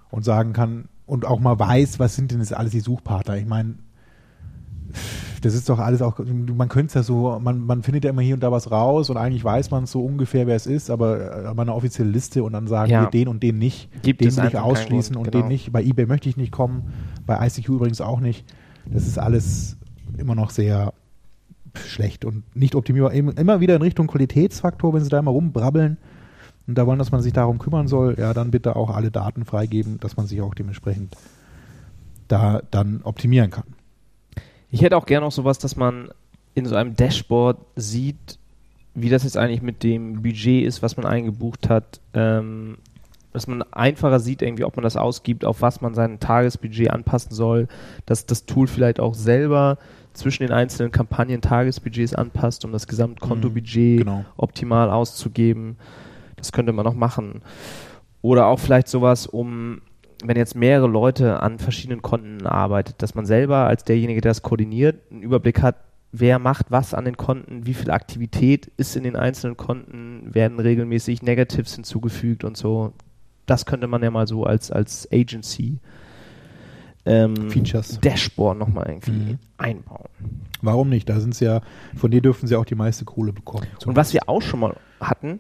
Speaker 2: Und sagen kann und auch mal weiß, was sind denn jetzt alles die Suchpartner. Ich meine, das ist doch alles auch, man könnte es ja so, man, man findet ja immer hier und da was raus und eigentlich weiß man so ungefähr, wer es ist, aber, äh, aber eine offizielle Liste und dann sagen
Speaker 1: Ja.
Speaker 2: wir den und den nicht,
Speaker 1: Gibt
Speaker 2: den
Speaker 1: es
Speaker 2: will ich
Speaker 1: einfach keinen
Speaker 2: ausschließen
Speaker 1: Grund,
Speaker 2: und
Speaker 1: genau.
Speaker 2: den nicht. Bei eBay möchte ich nicht kommen, bei ICQ übrigens auch nicht. Das ist alles immer noch sehr schlecht und nicht optimierbar. Im- Immer wieder in Richtung Qualitätsfaktor, wenn sie da immer rumbrabbeln und da wollen, dass man sich darum kümmern soll, ja, dann bitte auch alle Daten freigeben, dass man sich auch dementsprechend da dann optimieren kann.
Speaker 1: Ich hätte auch gerne noch sowas, dass man in so einem Dashboard sieht, wie das jetzt eigentlich mit dem Budget ist, was man eingebucht hat. Ähm, dass man einfacher sieht, irgendwie, ob man das ausgibt, auf was man sein Tagesbudget anpassen soll, dass das Tool vielleicht auch selber zwischen den einzelnen Kampagnen Tagesbudgets anpasst, um das Gesamtkontobudget
Speaker 2: Genau.
Speaker 1: optimal auszugeben. Das könnte man noch machen. Oder auch vielleicht sowas, um, wenn jetzt mehrere Leute an verschiedenen Konten arbeitet, dass man selber als derjenige, der das koordiniert, einen Überblick hat, wer macht was an den Konten, wie viel Aktivität ist in den einzelnen Konten, werden regelmäßig Negatives hinzugefügt und so. Das könnte man ja mal so als, als Agency ähm,
Speaker 2: Features.
Speaker 1: Dashboard nochmal irgendwie
Speaker 2: Mhm.
Speaker 1: einbauen.
Speaker 2: Warum nicht? Da sind sie ja, von dir dürfen sie auch die meiste Kohle bekommen.
Speaker 1: Und was wir auch schon mal hatten,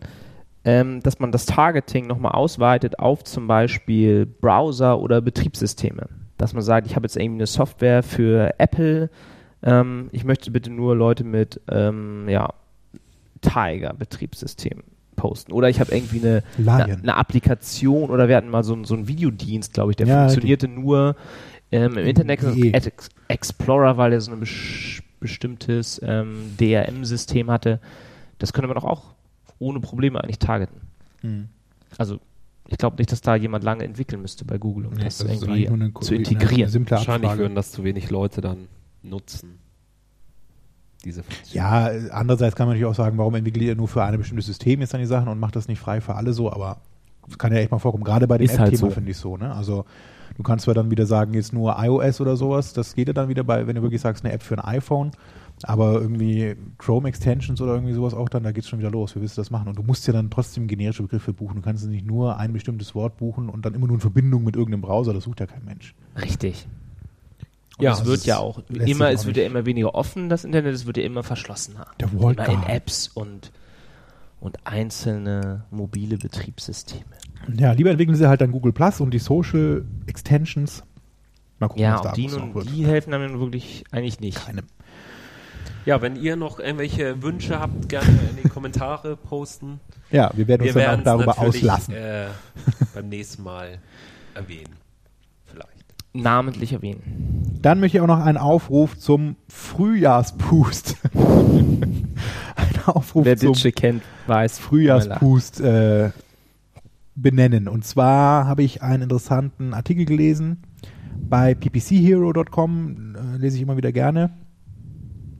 Speaker 1: ähm, dass man das Targeting nochmal ausweitet auf zum Beispiel Browser oder Betriebssysteme. Dass man sagt, ich habe jetzt irgendwie eine Software für Apple, ähm, ich möchte bitte nur Leute mit ähm, ja, Tiger-Betriebssystem posten. Oder ich habe irgendwie eine, eine,
Speaker 2: Lion.
Speaker 1: eine Applikation oder wir hatten mal so, einen- so einen Videodienst, glaube ich, der
Speaker 2: Ja,
Speaker 1: funktionierte nur ähm, im Internet
Speaker 2: Die-
Speaker 1: Ad Ex- Explorer, weil er so ein besch- bestimmtes ähm, DRM-System hatte. Das könnte man doch auch ohne Probleme eigentlich targeten.
Speaker 2: Hm.
Speaker 1: Also ich glaube nicht, dass da jemand lange entwickeln müsste bei Google, um
Speaker 2: Nee,
Speaker 1: das,
Speaker 2: das ist
Speaker 1: irgendwie
Speaker 2: eigentlich nur eine-
Speaker 1: zu
Speaker 2: eine
Speaker 1: integrieren.
Speaker 2: simple
Speaker 3: Wahrscheinlich
Speaker 2: Abfrage.
Speaker 3: würden das zu wenig Leute dann nutzen. Diese Funktion.
Speaker 2: Ja, äh, andererseits kann man natürlich auch sagen, warum entwickelt ihr nur für ein bestimmtes System jetzt dann die Sachen und macht das nicht frei für alle so, aber das kann ja echt mal vorkommen. Gerade bei dem
Speaker 1: Ist
Speaker 2: App-Thema
Speaker 1: halt so.
Speaker 2: finde ich so, ne? Also du kannst zwar dann wieder sagen, jetzt nur iOS oder sowas, das geht ja dann wieder bei, wenn du wirklich sagst, eine App für ein iPhone, Aber irgendwie Chrome Extensions oder irgendwie sowas auch dann, da geht's schon wieder los. Wie willst du das machen? Und du musst ja dann trotzdem generische Begriffe buchen. Du kannst nicht nur ein bestimmtes Wort buchen und dann immer nur in Verbindung mit irgendeinem Browser. Das sucht ja kein Mensch.
Speaker 1: Richtig.
Speaker 2: Und
Speaker 1: Ja,
Speaker 2: das
Speaker 1: es wird
Speaker 2: ist-
Speaker 1: ja auch
Speaker 2: lässt sich
Speaker 1: immer,
Speaker 2: auch
Speaker 1: es wird ja
Speaker 2: nicht.
Speaker 1: immer weniger offen, das Internet, es wird ja immer verschlossener.
Speaker 2: Der Walled
Speaker 1: Immer in
Speaker 2: Garden.
Speaker 1: Apps und, und einzelne mobile Betriebssysteme.
Speaker 2: Ja, lieber entwickeln sie halt dann Google Plus und die Social Extensions. Mal gucken,
Speaker 1: ja,
Speaker 2: was da
Speaker 1: und die,
Speaker 2: alles noch
Speaker 1: nun,
Speaker 2: wird.
Speaker 1: die helfen dann wirklich eigentlich nicht.
Speaker 2: Keine.
Speaker 3: Ja, wenn ihr noch irgendwelche Wünsche habt, gerne in die Kommentare posten.
Speaker 2: Ja, wir werden uns dann auch
Speaker 3: werden's
Speaker 2: darüber
Speaker 3: natürlich,
Speaker 2: auslassen.
Speaker 3: Äh, beim nächsten Mal erwähnen. Vielleicht.
Speaker 1: Namentlich erwähnen.
Speaker 2: Dann möchte ich auch noch einen Aufruf zum Frühjahrspust. Ein Aufruf
Speaker 1: Wer
Speaker 2: zum
Speaker 1: Ditsche kennt, weiß.
Speaker 2: Frühjahrspust äh, benennen. Und zwar habe ich einen interessanten Artikel gelesen bei ppchero.com, äh, lese ich immer wieder gerne.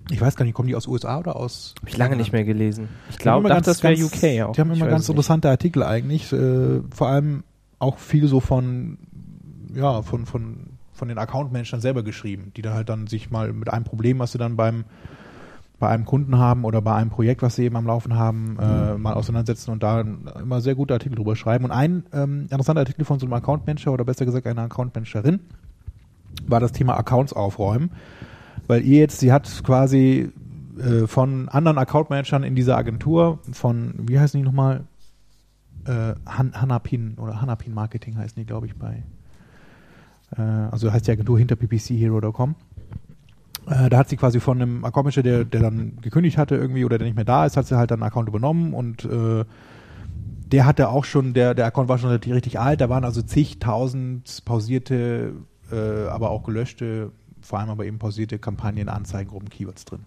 Speaker 2: Ich weiß gar nicht, kommen die aus USA oder aus
Speaker 1: Habe ich lange nicht mehr gelesen. Ich
Speaker 2: Die haben
Speaker 1: glaube,
Speaker 2: immer
Speaker 1: dachte, das wäre
Speaker 2: ganz-
Speaker 1: UK auch.
Speaker 2: Die haben
Speaker 1: Ich
Speaker 2: immer
Speaker 1: weiß
Speaker 2: ganz
Speaker 1: es nicht.
Speaker 2: interessante Artikel eigentlich, äh, vor allem auch viel so von, ja, von, von, von den Account-Managern selber geschrieben, die da halt dann sich mal mit einem Problem, was sie dann beim bei einem Kunden haben oder bei einem Projekt, was sie eben am Laufen haben, äh,
Speaker 1: Mhm.
Speaker 2: mal auseinandersetzen und da immer sehr gute Artikel drüber schreiben. Und ein ähm, interessanter Artikel von so einem Account-Manager oder besser gesagt einer Account-Managerin war das Thema Accounts aufräumen, weil ihr jetzt, sie hat quasi äh, von anderen Account-Managern in dieser Agentur, von, wie heißen die nochmal? Äh, Han Hanapin oder Hanapin Marketing heißen die, glaube ich, bei. Äh, also heißt die Agentur hinter ppchero.com. Äh, da hat sie quasi von einem Account-Manager, der, der dann gekündigt hatte irgendwie oder der nicht mehr da ist, hat sie halt dann einen Account übernommen und äh, der hatte auch schon, der, der Account war schon richtig, richtig alt, da waren also zigtausend pausierte, äh, aber auch gelöschte, vor allem aber eben pausierte Kampagnen, Anzeigen, groben Keywords drin.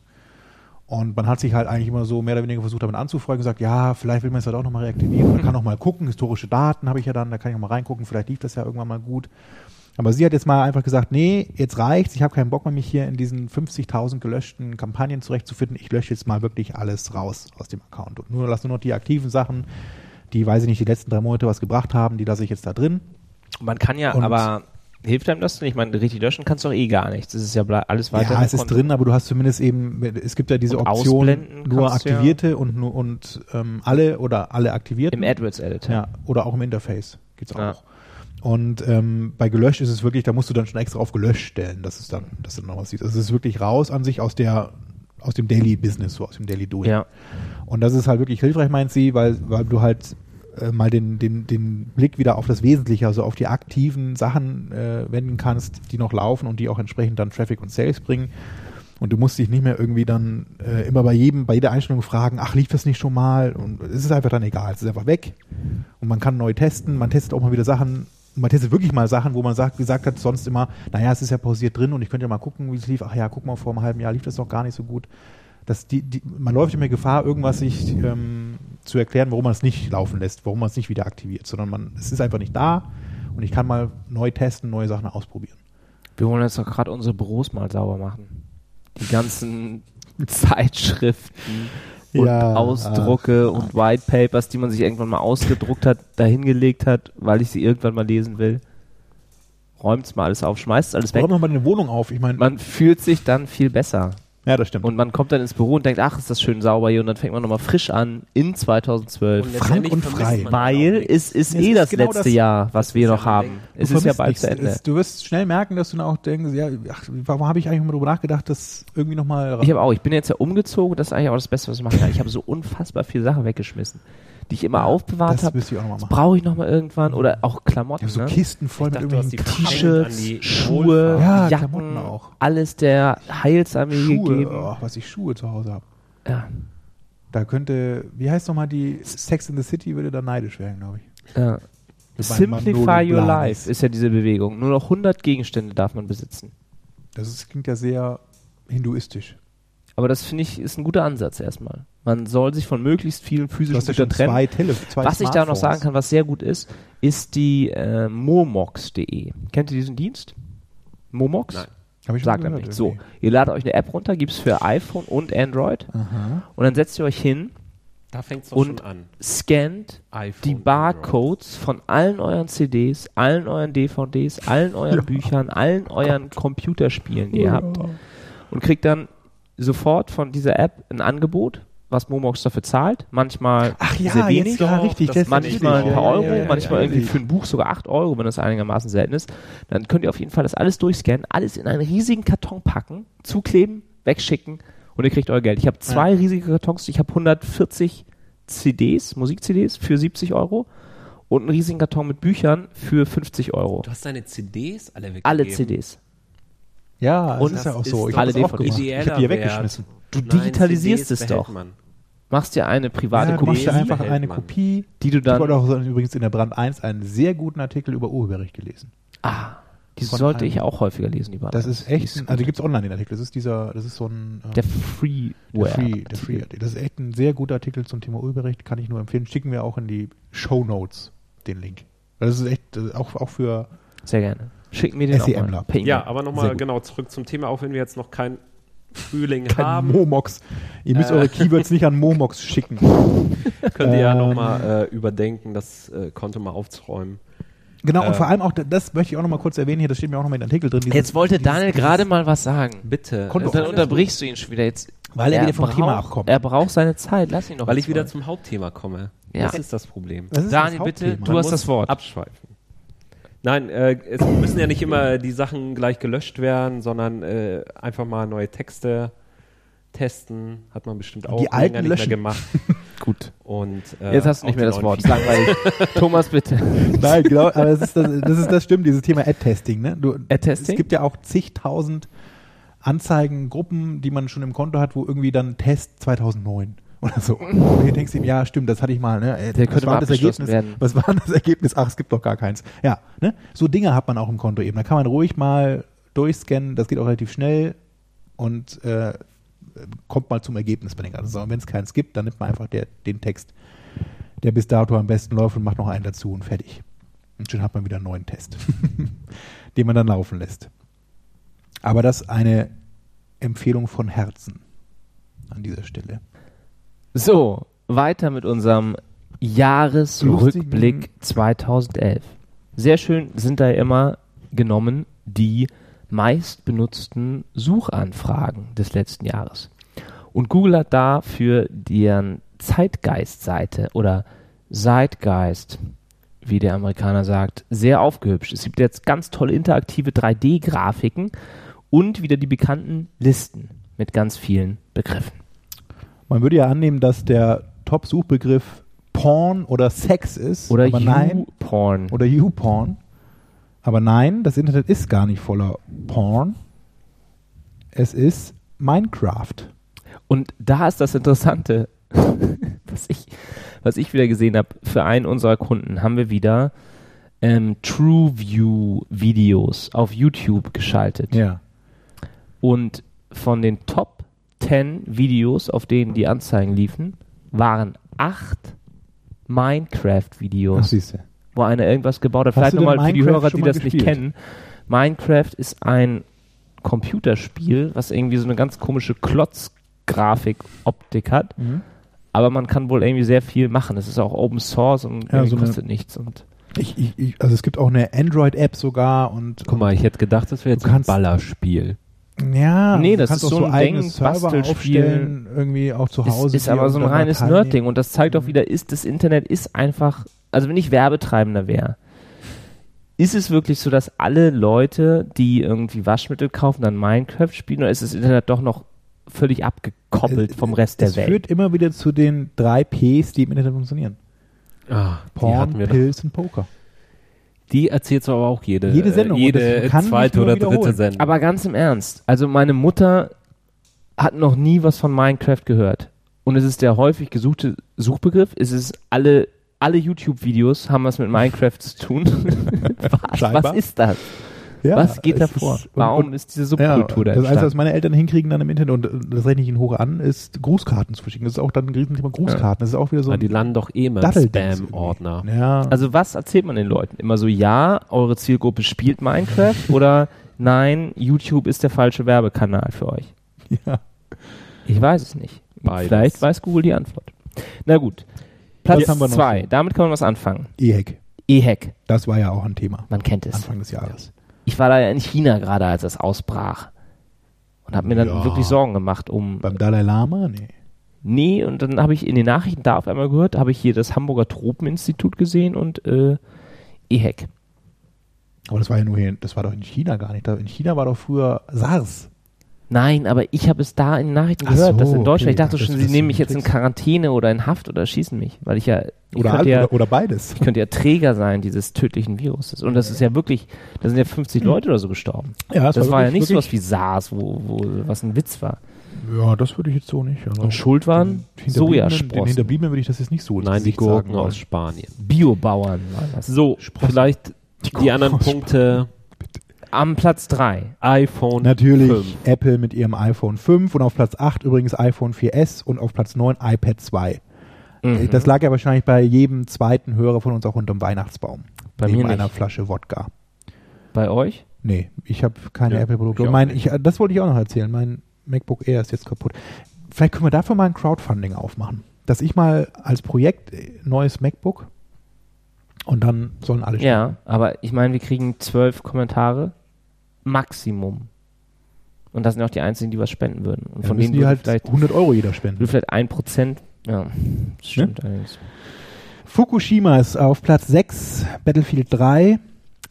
Speaker 2: Und man hat sich halt eigentlich immer so mehr oder weniger versucht, damit anzufragen, gesagt, ja, vielleicht will man es halt auch nochmal reaktivieren, man kann auch mal gucken, historische Daten habe ich ja dann, da kann ich auch mal reingucken, vielleicht lief das ja irgendwann mal gut. Aber sie hat jetzt mal einfach gesagt, nee, jetzt reicht's, ich habe keinen Bock mehr, mich hier in diesen 50.000 gelöschten Kampagnen zurechtzufinden, ich lösche jetzt mal wirklich alles raus aus dem Account und nur lasse nur noch die aktiven Sachen, die, weiß ich nicht, die letzten drei Monate was gebracht haben, die lasse ich jetzt da drin.
Speaker 1: Man kann ja,
Speaker 2: Und-
Speaker 1: aber hilft einem das? Ich meine, richtig löschen kannst du doch eh gar nichts. Es ist ja ble- alles weiter.
Speaker 2: ja, es ist
Speaker 1: Konto.
Speaker 2: drin, aber du hast zumindest eben, es gibt ja diese
Speaker 1: Und
Speaker 2: Option,
Speaker 1: ausblenden
Speaker 2: nur
Speaker 1: kannst du ja.
Speaker 2: aktivierte und nur und ähm, alle oder alle aktiviert.
Speaker 1: Im AdWords-Editor.
Speaker 2: Ja, oder auch im Interface geht's auch.
Speaker 1: Ja.
Speaker 2: Und ähm, bei gelöscht ist es wirklich, da musst du dann schon extra auf gelöscht stellen, dass es dann, dass du dann noch was siehst. Also es ist wirklich raus an sich aus der aus dem Daily Business, so aus dem Daily Doing.
Speaker 1: Ja.
Speaker 2: Und das ist halt wirklich hilfreich, meint sie, weil, weil du halt äh, mal den, den, den Blick wieder auf das Wesentliche, also auf die aktiven Sachen äh, wenden kannst, die noch laufen und die auch entsprechend dann Traffic und Sales bringen. Und du musst dich nicht mehr irgendwie dann äh, immer bei jedem, bei jeder Einstellung fragen, ach, lief das nicht schon mal? Und es ist einfach dann egal, es ist einfach weg. Und man kann neu testen, man testet auch mal wieder Sachen, und man testet wirklich mal Sachen, wo man sagt, gesagt hat, sonst immer, naja, es ist ja pausiert drin und ich könnte ja mal gucken, wie es lief. Ach ja, guck mal, vor einem halben Jahr lief das noch gar nicht so gut. Das, die, die, man läuft immer Gefahr, irgendwas sich ähm, zu erklären, warum man es nicht laufen lässt, warum man es nicht wieder aktiviert, sondern man, es ist einfach nicht da und ich kann mal neu testen, neue Sachen ausprobieren.
Speaker 1: Wir wollen jetzt doch gerade unsere Büros mal sauber machen. Die ganzen Zeitschriften und
Speaker 2: Ja,
Speaker 1: Ausdrucke und White Papers, die man sich irgendwann mal ausgedruckt hat, dahingelegt hat, weil ich sie irgendwann mal lesen will. Räumt's mal alles auf, schmeißt alles weg.
Speaker 2: Räumt Äh, noch mal eine Wohnung auf. Ich meine,
Speaker 1: Man fühlt sich dann viel besser.
Speaker 2: ja, das stimmt.
Speaker 1: Und man kommt dann ins Büro und denkt, ach, ist das schön sauber hier. Und dann fängt man nochmal frisch an in 2012.
Speaker 2: Frank und frei.
Speaker 1: Weil es ist
Speaker 2: Es
Speaker 1: eh
Speaker 2: ist
Speaker 1: das
Speaker 2: genau
Speaker 1: letzte
Speaker 2: das-
Speaker 1: Jahr, was wir
Speaker 3: ist ja
Speaker 1: noch
Speaker 3: mein
Speaker 1: haben.
Speaker 3: Ding.
Speaker 1: Es
Speaker 2: Du
Speaker 1: ist ja
Speaker 2: vermisst
Speaker 1: bald
Speaker 2: nichts.
Speaker 1: zu Ende.
Speaker 2: Es- Du wirst schnell merken, dass du dann auch denkst, ja, ach, warum habe ich eigentlich mal drüber nachgedacht, das irgendwie nochmal
Speaker 1: Ich habe auch, ich bin jetzt ja umgezogen, das ist eigentlich auch das Beste, was ich machen kann. Ich habe so unfassbar viele Sachen weggeschmissen, die ich immer aufbewahrt
Speaker 2: Das
Speaker 1: habe.
Speaker 2: müsste ich auch nochmal machen.
Speaker 1: Brauche ich nochmal irgendwann oder auch Klamotten,
Speaker 2: Ich habe so
Speaker 1: ne?
Speaker 2: Kisten voll mit
Speaker 3: dachte, du hast
Speaker 2: irgendwelchen
Speaker 3: die
Speaker 1: T-Shirts,
Speaker 3: An die
Speaker 1: Schuhe,
Speaker 2: Ja, Klamotten
Speaker 1: Jacken,
Speaker 2: auch.
Speaker 1: alles der Heilsarmee
Speaker 2: Schuhe,
Speaker 1: gegeben.
Speaker 2: oh, was ich Schuhe zu Hause habe.
Speaker 1: Ja,
Speaker 2: Da könnte, wie heißt nochmal die Sex in the City, würde da neidisch werden, glaube ich.
Speaker 1: ja.
Speaker 2: Manolo
Speaker 1: Simplify your
Speaker 2: Blahnis.
Speaker 1: life ist ja diese Bewegung. Nur noch 100 Gegenstände darf man besitzen.
Speaker 2: Das ist, klingt ja sehr hinduistisch.
Speaker 1: Aber das finde ich ist ein guter Ansatz erstmal. Man soll sich von möglichst vielen
Speaker 2: Du
Speaker 1: physischen
Speaker 2: hast ja schon
Speaker 1: Gütern trennen.
Speaker 2: zwei Telefone, zwei
Speaker 1: Was ich da noch
Speaker 2: Smartphones.
Speaker 1: sagen kann, was sehr gut ist, ist die äh, momox.de. Kennt ihr diesen Dienst? Momox?
Speaker 3: Nein.
Speaker 2: Hab ich schon
Speaker 1: Sagt einem
Speaker 2: gehört,
Speaker 1: nichts. So,
Speaker 2: irgendwie. Ah.
Speaker 1: ihr ladet euch eine App runter, gibt's für iPhone und Android
Speaker 2: Aha.
Speaker 1: und dann setzt ihr euch hin,
Speaker 3: Da fängt es doch
Speaker 1: Und-
Speaker 3: schon an.
Speaker 1: scannt
Speaker 3: iPhone,
Speaker 1: die Barcodes von allen euren CDs, allen euren DVDs, allen euren Büchern, allen euren Computerspielen, die ihr habt und kriegt dann sofort von dieser App ein Angebot, was Momox dafür zahlt. Manchmal
Speaker 2: Ach ja,
Speaker 1: sehr wenig,
Speaker 2: jetzt, ja, richtig.
Speaker 4: das
Speaker 2: Das
Speaker 4: fand ich
Speaker 1: manchmal
Speaker 4: richtig,
Speaker 1: ein paar
Speaker 4: ja,
Speaker 1: Euro,
Speaker 4: ja, ja,
Speaker 1: manchmal irgendwie
Speaker 2: richtig.
Speaker 1: für ein Buch sogar 8 Euro, wenn das einigermaßen selten ist. Dann könnt ihr auf jeden Fall das alles durchscannen, alles in einen riesigen Karton packen, zukleben, wegschicken und ihr kriegt euer Geld. Ich habe zwei riesige Kartons, ich habe 140 CDs, Musik-CDs für 70 Euro und einen riesigen Karton mit Büchern für 50 Euro.
Speaker 4: Du hast deine CDs alle weggegeben.
Speaker 1: Alle CDs.
Speaker 2: Ja,
Speaker 1: Und
Speaker 2: das ist ja auch
Speaker 4: das
Speaker 2: so.
Speaker 4: ist
Speaker 2: Ich
Speaker 4: doch
Speaker 2: habe das
Speaker 1: alle
Speaker 2: auch gemacht. Ich
Speaker 4: ideeller
Speaker 2: habe die ja
Speaker 4: Wert.
Speaker 2: weggeschmissen.
Speaker 1: Du
Speaker 4: Nein,
Speaker 1: digitalisierst
Speaker 4: CDs
Speaker 1: es
Speaker 4: behält
Speaker 1: doch.
Speaker 4: Man.
Speaker 1: Machst dir eine private
Speaker 2: Ja, du
Speaker 1: Kopie,
Speaker 2: machst ja
Speaker 4: Kopie
Speaker 2: einfach
Speaker 4: behält
Speaker 2: eine
Speaker 4: man.
Speaker 2: Kopie.
Speaker 1: die du
Speaker 2: Ich wollte
Speaker 1: dann.
Speaker 2: auch sagen, übrigens in der Brand 1 einen sehr guten Artikel über Urheberrecht gelesen.
Speaker 1: Ah, die
Speaker 2: von
Speaker 1: sollte
Speaker 2: einem-
Speaker 1: ich auch häufiger lesen, die
Speaker 2: Das
Speaker 1: Banane.
Speaker 2: ist echt,
Speaker 1: gut.
Speaker 2: ein, also gibt es online den Artikel. Das ist dieser, das ist so ein äh,
Speaker 1: der
Speaker 2: der
Speaker 1: Freeware.
Speaker 2: Free, der Free Artikel. Das ist echt ein sehr guter Artikel zum Thema Urheberrecht, kann ich nur empfehlen. Schicken wir auch in die Show Notes den Link. Das ist echt äh, auch, auch für
Speaker 1: Sehr gerne. Schick mir den auch
Speaker 2: SEMler.
Speaker 1: mal. per E-Mail.
Speaker 3: Ja, aber
Speaker 2: Sehr
Speaker 3: nochmal
Speaker 2: gut.
Speaker 3: genau zurück zum Thema, auch wenn wir jetzt noch keinen Frühling
Speaker 2: kein
Speaker 3: haben,
Speaker 2: Momox. Ihr
Speaker 1: äh,
Speaker 2: müsst eure Keywords nicht an Momox schicken.
Speaker 3: könnt ihr ja
Speaker 2: Ähm.
Speaker 3: nochmal äh, überdenken, das äh, Konto mal aufzuräumen.
Speaker 2: Genau,
Speaker 3: Äh.
Speaker 2: und vor allem auch, das möchte ich auch nochmal kurz erwähnen hier, das steht mir auch nochmal in den Artikel drin. dieses-
Speaker 1: Jetzt wollte Daniel gerade mal was sagen.
Speaker 3: Bitte.
Speaker 2: Konto
Speaker 3: Äh,
Speaker 1: Und dann unterbrichst du ihn schon wieder jetzt.
Speaker 2: Weil er wieder vom Thema abkommt.
Speaker 1: Er braucht seine Zeit. Lass ihn doch.
Speaker 3: Weil
Speaker 1: jetzt
Speaker 3: ich wieder
Speaker 1: mal.
Speaker 3: zum Hauptthema komme.
Speaker 1: Ja.
Speaker 3: Das ist das Problem.
Speaker 2: Das ist
Speaker 1: Daniel,
Speaker 2: das
Speaker 1: bitte,
Speaker 2: Hauptthema.
Speaker 1: du hast das Wort.
Speaker 3: Abschweifen. Nein, äh, es müssen ja nicht immer die Sachen gleich gelöscht werden, sondern äh, einfach mal neue Texte testen. Hat man bestimmt auch
Speaker 2: Die
Speaker 3: länger
Speaker 2: alten
Speaker 3: nicht
Speaker 2: löschen.
Speaker 3: mehr gemacht.
Speaker 2: Gut.
Speaker 3: Und, äh,
Speaker 1: Jetzt hast du nicht
Speaker 3: auch
Speaker 1: mehr
Speaker 3: die
Speaker 1: das
Speaker 3: neuen
Speaker 1: Wort. Ist
Speaker 3: Features.
Speaker 1: Langweilig. Thomas, bitte.
Speaker 2: Nein, genau, aber das ist das, das ist das stimmt, dieses Thema Ad-Testing. Ne? Du-
Speaker 1: Ad-Testing?
Speaker 2: Es gibt ja auch zigtausend Anzeigen, Gruppen, die man schon im Konto hat, wo irgendwie dann Test 2009 oder so. Und hier denkst du, ihm, ja, stimmt, das hatte ich mal. Ne? Äh,
Speaker 1: Der
Speaker 2: was
Speaker 1: könnte
Speaker 2: war
Speaker 1: mal
Speaker 2: das
Speaker 1: abgeschlossen
Speaker 2: Ergebnis?
Speaker 1: werden.
Speaker 2: Was war denn das Ergebnis? Ach, es gibt doch gar keins. Ja, ne? so Dinge hat man auch im Konto eben. Da kann man ruhig mal durchscannen, das geht auch relativ schnell und äh, kommt mal zum Ergebnis bei den ganzen Sachen. Wenn es keins gibt, dann nimmt man einfach der, den Text, der bis dato am besten läuft und macht noch einen dazu und fertig. Und schon hat man wieder einen neuen Test, den man dann laufen lässt. Aber das eine Empfehlung von Herzen an dieser Stelle.
Speaker 1: So, weiter mit unserem Jahresrückblick 2011. Sehr schön sind da immer genommen die meistbenutzten Suchanfragen des letzten Jahres. Und Google hat da für deren Zeitgeist-Seite oder Zeitgeist, wie der Amerikaner sagt, sehr aufgehübscht. Es gibt jetzt ganz tolle interaktive 3D-Grafiken und wieder die bekannten Listen mit ganz vielen Begriffen.
Speaker 2: Man würde ja annehmen, dass der Top-Suchbegriff Porn oder Sex ist.
Speaker 1: Oder
Speaker 2: aber nein.
Speaker 1: YouPorn.
Speaker 2: Oder YouPorn. Aber nein, das Internet ist gar nicht voller Porn. Es ist Minecraft.
Speaker 1: Und da ist das Interessante, was ich, was ich wieder gesehen habe. Für einen unserer Kunden haben wir wieder ähm, TrueView-Videos auf YouTube geschaltet.
Speaker 2: Ja.
Speaker 1: Und von den Top 10 Videos, auf denen die Anzeigen liefen, waren acht
Speaker 2: Ach,
Speaker 1: Minecraft-Videos,
Speaker 2: siehst du.
Speaker 1: wo einer irgendwas gebaut hat.
Speaker 2: Hast
Speaker 1: Vielleicht
Speaker 2: du denn
Speaker 1: nochmal für die
Speaker 2: Minecraft
Speaker 1: Hörer,
Speaker 2: schon
Speaker 1: die
Speaker 2: mal
Speaker 1: das nicht
Speaker 2: gespielt?
Speaker 1: kennen. Minecraft ist ein Computerspiel, was irgendwie so eine ganz komische Klotz-Grafik-Optik hat. Aber man kann wohl irgendwie sehr viel machen. Es ist auch Open Source und
Speaker 2: Ja,
Speaker 1: irgendwie
Speaker 2: so eine-
Speaker 1: kostet nichts. Und
Speaker 2: Ich, ich, ich, also es gibt auch eine Android-App sogar und
Speaker 3: Guck mal, ich hätte gedacht, das wäre jetzt
Speaker 2: Du kannst-
Speaker 3: ein Ballerspiel.
Speaker 2: ja,
Speaker 1: Nee,
Speaker 2: du
Speaker 1: das
Speaker 2: kannst
Speaker 1: ist
Speaker 2: auch
Speaker 1: so ein
Speaker 2: eigene
Speaker 1: Ding,
Speaker 2: Server
Speaker 1: Bastelspiel.
Speaker 2: aufstellen, irgendwie auch zu
Speaker 1: ist,
Speaker 2: Hause.
Speaker 1: ist aber so ein reines Nerd-Ding. Und das zeigt auch
Speaker 2: Mhm.
Speaker 1: wieder, ist das Internet ist einfach, also wenn ich Werbetreibender wäre, ist es wirklich so, dass alle Leute, die irgendwie Waschmittel kaufen, dann Minecraft spielen oder ist das Internet doch noch völlig abgekoppelt vom Rest der
Speaker 2: Es
Speaker 1: Welt?
Speaker 2: führt immer wieder zu den drei Ps, die im Internet funktionieren.
Speaker 3: Ah, die
Speaker 2: Porn,
Speaker 3: hatten wir
Speaker 2: Pilz und Poker.
Speaker 3: doch. Die erzählst du aber auch jede, äh,
Speaker 2: Jede Sendung, und
Speaker 3: jede
Speaker 2: das kann nicht
Speaker 3: zweite
Speaker 2: nur
Speaker 3: oder dritte
Speaker 2: wiederholen.
Speaker 3: Sendung.
Speaker 1: Aber ganz im Ernst, also meine Mutter hat noch nie was von Minecraft gehört. Und es ist der häufig gesuchte Suchbegriff. Es ist alle, alle YouTube-Videos haben was mit Minecraft zu tun. was, was
Speaker 2: Scheinbar.
Speaker 1: ist das?
Speaker 2: Ja,
Speaker 1: was geht da
Speaker 2: es
Speaker 1: vor?
Speaker 2: Ist, und,
Speaker 1: Warum
Speaker 2: und,
Speaker 1: ist diese
Speaker 2: ja,
Speaker 1: Subkultur da
Speaker 2: das Einzige, was
Speaker 1: entstanden?
Speaker 2: meine Eltern hinkriegen dann im Internet, und äh, das rechne ich ihnen hoch an, ist Grußkarten zu verschicken. Das ist auch dann ein Riesenthema Grußkarten. Das ist auch wieder so
Speaker 3: Ah,
Speaker 2: ein
Speaker 3: die landen doch eh immer im
Speaker 2: Datteldings
Speaker 3: Spam-Ordner.
Speaker 2: irgendwie. Ja.
Speaker 1: Also was erzählt man den Leuten? Immer so, ja, eure Zielgruppe spielt Minecraft oder nein, YouTube ist der falsche Werbekanal für euch.
Speaker 2: ja.
Speaker 1: Ich weiß es nicht.
Speaker 3: Beides.
Speaker 1: Vielleicht weiß Google die Antwort. Na gut. Platz
Speaker 2: Was haben wir noch
Speaker 1: zwei.
Speaker 2: so?
Speaker 1: Damit kann man was anfangen.
Speaker 2: E-Hack.
Speaker 1: E-Hack.
Speaker 2: Das war ja auch ein Thema.
Speaker 1: Man kennt es.
Speaker 2: Anfang des Jahres.
Speaker 1: Ich war da ja in China gerade, als es ausbrach. Und habe mir dann
Speaker 2: Ja.
Speaker 1: wirklich Sorgen gemacht um
Speaker 2: Beim Dalai Lama? Nee.
Speaker 1: Nee, und dann habe ich in den Nachrichten da auf einmal gehört, habe ich hier das Hamburger Tropeninstitut gesehen und äh, EHEC.
Speaker 2: Aber das war ja nur hier, das war doch in China gar nicht. Da- In China war doch früher SARS.
Speaker 1: Nein, aber ich habe es da in den Nachrichten
Speaker 2: Ach
Speaker 1: gehört, dass
Speaker 2: so,
Speaker 1: in Deutschland,
Speaker 2: okay.
Speaker 1: ich dachte
Speaker 2: Ach, das
Speaker 1: schon,
Speaker 2: ist
Speaker 1: sie
Speaker 2: so
Speaker 1: nehmen
Speaker 2: ein
Speaker 1: mich jetzt in
Speaker 2: Trickser.
Speaker 1: Quarantäne oder in Haft oder schießen mich, weil ich ja, ich
Speaker 2: Oder,
Speaker 1: könnte
Speaker 2: all-
Speaker 1: ja,
Speaker 2: oder, oder beides.
Speaker 1: ich könnte ja Träger sein dieses tödlichen Viruses. Und das ist ja wirklich, da sind ja 50
Speaker 2: Hm.
Speaker 1: Leute oder so gestorben.
Speaker 2: Ja,
Speaker 1: Das, war ja nicht sowas wie SARS, wo, wo was ein Witz war.
Speaker 2: Ja, das würde ich jetzt so nicht. Also
Speaker 1: Und schuld waren
Speaker 2: den Hinterbliebenen- Den
Speaker 1: Sojasprossen.
Speaker 2: Hinterbliebenen würde ich das jetzt nicht so ins
Speaker 3: Nein, die
Speaker 2: Gesicht
Speaker 3: Gurken
Speaker 2: sagen wollen.
Speaker 3: aus Spanien.
Speaker 1: Biobauern waren das.
Speaker 3: So, vielleicht die,
Speaker 2: Gurken
Speaker 3: anderen
Speaker 2: aus
Speaker 3: Punkte.
Speaker 1: Am Platz 3.
Speaker 3: iPhone
Speaker 2: Natürlich
Speaker 3: 5.
Speaker 2: Apple mit ihrem iPhone 5 und auf Platz 8 übrigens iPhone 4S und auf Platz 9 iPad 2.
Speaker 3: Mhm.
Speaker 2: Das lag ja wahrscheinlich bei jedem zweiten Hörer von uns auch unterm Weihnachtsbaum.
Speaker 1: Bei
Speaker 2: neben
Speaker 1: mir nicht.
Speaker 2: einer Flasche Wodka.
Speaker 1: Bei euch?
Speaker 2: Nee, ich habe keine
Speaker 3: Ja,
Speaker 2: Apple-Produkte.
Speaker 3: ich
Speaker 2: Und
Speaker 3: auch
Speaker 2: mein,
Speaker 3: nicht.
Speaker 2: ich, das wollte ich auch noch erzählen. Mein MacBook Air ist jetzt kaputt. Vielleicht können wir dafür mal ein Crowdfunding aufmachen. Dass ich mal als Projekt äh, neues MacBook und dann sollen alle
Speaker 1: Ja, aber ich meine, wir kriegen zwölf Kommentare Maximum. Und das sind auch die einzigen, die was spenden würden. Und
Speaker 2: Ja,
Speaker 1: von denen
Speaker 2: müssen die
Speaker 1: würde
Speaker 2: halt
Speaker 1: vielleicht,
Speaker 2: 100 Euro jeder spenden.
Speaker 1: würde vielleicht ein Prozent. Ja,
Speaker 2: Ne?
Speaker 1: das stimmt allerdings.
Speaker 2: Fukushima ist auf Platz 6, Battlefield 3.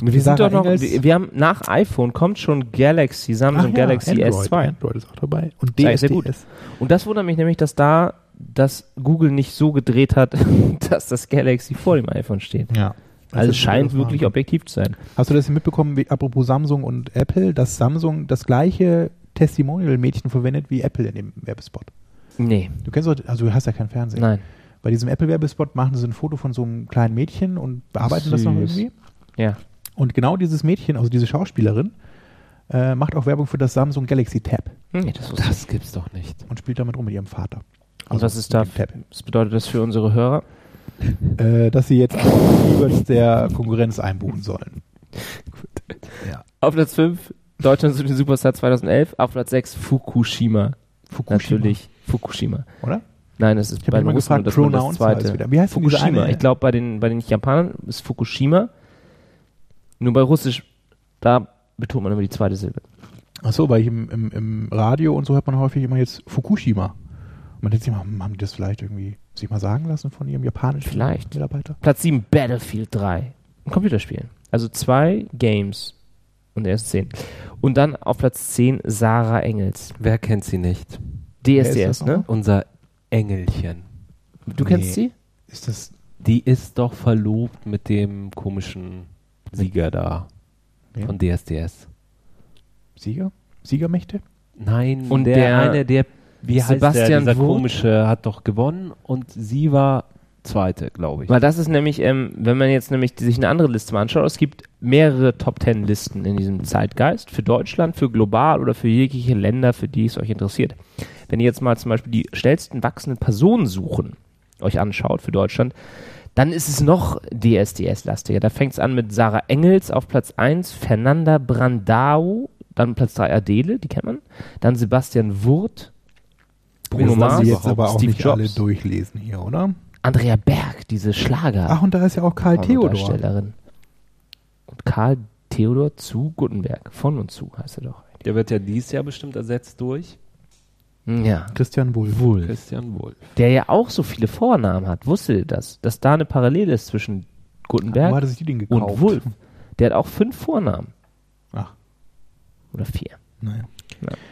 Speaker 1: Wir
Speaker 2: Sarah
Speaker 1: sind doch noch,
Speaker 2: Engels.
Speaker 1: wir, wir haben nach iPhone kommt schon Galaxy, Samsung Galaxy
Speaker 2: Android.
Speaker 1: S2.
Speaker 2: Android ist auch dabei. Und
Speaker 1: Ja, ist ja
Speaker 2: DSDS.
Speaker 1: gut. Und das wundert mich nämlich, dass da das Google nicht so gedreht hat, dass das Galaxy vor dem iPhone steht.
Speaker 2: Ja.
Speaker 1: Also es scheint wirklich
Speaker 2: ob.
Speaker 1: objektiv zu sein.
Speaker 2: Hast du das mitbekommen, wie, apropos Samsung und Apple, dass Samsung das gleiche Testimonial-Mädchen verwendet wie Apple in dem Werbespot?
Speaker 1: Nee,
Speaker 2: Du kennst doch, also du hast ja kein Fernsehen.
Speaker 1: nein.
Speaker 2: Bei diesem Apple-Werbespot machen sie ein Foto von so einem kleinen Mädchen und bearbeiten das noch
Speaker 3: Süß.
Speaker 2: irgendwie.
Speaker 1: Ja.
Speaker 2: Und genau dieses Mädchen, also diese Schauspielerin, äh, macht auch Werbung für das Samsung Galaxy Tab
Speaker 1: Hm, das wusste
Speaker 3: Das gibt's doch nicht.
Speaker 2: und spielt damit rum mit ihrem Vater. Also
Speaker 1: Und was ist da-
Speaker 2: mit dem
Speaker 1: Was bedeutet das für unsere Hörer?
Speaker 2: Tab. Äh, dass sie jetzt jeweils der Konkurrenz einbuchen sollen.
Speaker 1: Auf Platz 5 Deutschland zu den Superstar 2011. Auf Platz 6 Fukushima.
Speaker 2: Fukushima,
Speaker 1: Natürlich Fukushima.
Speaker 2: Oder?
Speaker 1: Nein, das ist
Speaker 2: Ich habe
Speaker 1: bei
Speaker 2: immer
Speaker 1: den Russen
Speaker 2: gefragt,
Speaker 1: und das war
Speaker 2: Pronouns
Speaker 1: das
Speaker 2: heißt
Speaker 1: zweite.
Speaker 2: wieder. Wie heißt denn diese
Speaker 1: Fukushima.
Speaker 2: eine?
Speaker 1: Ich glaube, bei den, bei den Japanern ist Fukushima. Nur bei Russisch, da betont man immer die zweite Silbe.
Speaker 2: Achso, weil ich im, im, im Radio und so hört man häufig immer jetzt Fukushima. Und man denkt sich immer, hm, haben die das vielleicht irgendwie sich mal sagen lassen von ihrem japanischen
Speaker 1: Vielleicht.
Speaker 2: Mitarbeiter?
Speaker 1: Platz 7 Battlefield 3. Ein Computerspiel. Also zwei Games. Und er ist 10. Und dann auf Platz 10 Sarah Engels.
Speaker 3: Wer kennt sie nicht?
Speaker 2: ist das
Speaker 1: DSDS, ne?
Speaker 3: Unser Engelchen.
Speaker 1: Du kennst sie?
Speaker 2: Ist das.
Speaker 3: Die ist doch verlobt mit dem komischen Sieger da
Speaker 2: Wer?
Speaker 3: von DSDS.
Speaker 2: Sieger? Siegermächte?
Speaker 3: Nein,
Speaker 1: Und
Speaker 3: der,
Speaker 1: der
Speaker 3: eine, der wie heißt der,
Speaker 1: Sebastian
Speaker 3: dieser
Speaker 1: Vogt?
Speaker 3: komische hat doch gewonnen und sie war zweite, glaube ich.
Speaker 1: Weil das ist nämlich, ähm, wenn man jetzt nämlich die- sich eine andere Liste mal anschaut, es gibt mehrere Top Ten Listen in diesem Zeitgeist für Deutschland, für global oder für jegliche Länder, für die es euch interessiert. Wenn ihr jetzt mal zum Beispiel die schnellsten wachsenden Personensuchen euch anschaut für Deutschland, dann ist es noch DSDS-lastiger. Da fängt es an mit Sarah Engels auf Platz 1, Fernanda Brandao, dann Platz 3 Adele, die kennt man, dann Sebastian Wurt, Bruno
Speaker 2: das lassen
Speaker 1: Mars,
Speaker 2: Sie jetzt aber auch
Speaker 1: Steve
Speaker 2: nicht
Speaker 1: Jobs,
Speaker 2: alle durchlesen hier, oder?
Speaker 1: Andrea Berg, diese Schlager.
Speaker 2: Ach, und da ist ja auch Karl Theodor.
Speaker 1: Frauendarstellerin. Und Karl Theodor zu Guttenberg. Von und zu heißt er doch.
Speaker 3: der wird ja dieses Jahr bestimmt ersetzt durch Hm,
Speaker 1: Ja.
Speaker 2: Christian Wulff.
Speaker 3: Christian Wolf.
Speaker 1: Der ja auch so viele Vornamen hat. Wusstet ihr das? Dass da eine Parallele ist zwischen
Speaker 2: Wo
Speaker 1: Guttenberg
Speaker 2: hatte sich die denn gekauft?
Speaker 1: und Wulf. Der hat auch fünf Vornamen.
Speaker 2: Ach,
Speaker 1: Oder vier.
Speaker 2: naja.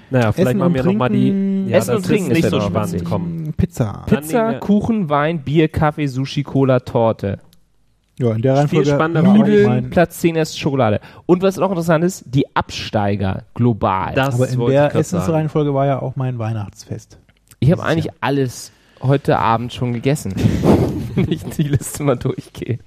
Speaker 3: Naja, vielleicht
Speaker 2: Essen
Speaker 3: machen
Speaker 2: und
Speaker 3: wir nochmal
Speaker 2: Trinken-
Speaker 3: die. Ja,
Speaker 1: Essen
Speaker 3: das
Speaker 1: und Trinken
Speaker 3: ist
Speaker 1: ist
Speaker 3: nicht
Speaker 1: ja
Speaker 3: so
Speaker 1: noch
Speaker 3: spannend.
Speaker 1: witzig.
Speaker 3: Komm.
Speaker 2: Hm, Pizza.
Speaker 3: Dann nehmen
Speaker 1: Pizza,
Speaker 3: wir-
Speaker 1: Kuchen, Wein, Bier, Kaffee, Sushi, Cola, Torte.
Speaker 2: Ja, in der Reihenfolge.
Speaker 3: spannender
Speaker 2: ja,
Speaker 3: Nudeln,
Speaker 2: ich
Speaker 1: Nudeln,
Speaker 2: mein,
Speaker 1: Platz 10 ist Schokolade. Und was noch interessant ist, die Absteiger global.
Speaker 3: Das
Speaker 2: aber in
Speaker 3: wollte ich
Speaker 2: der
Speaker 3: grad sagen.
Speaker 2: Essensreihenfolge war ja auch mein Weihnachtsfest.
Speaker 1: Ich habe eigentlich alles heute Abend schon gegessen. Wenn ich die Liste mal durchgehe.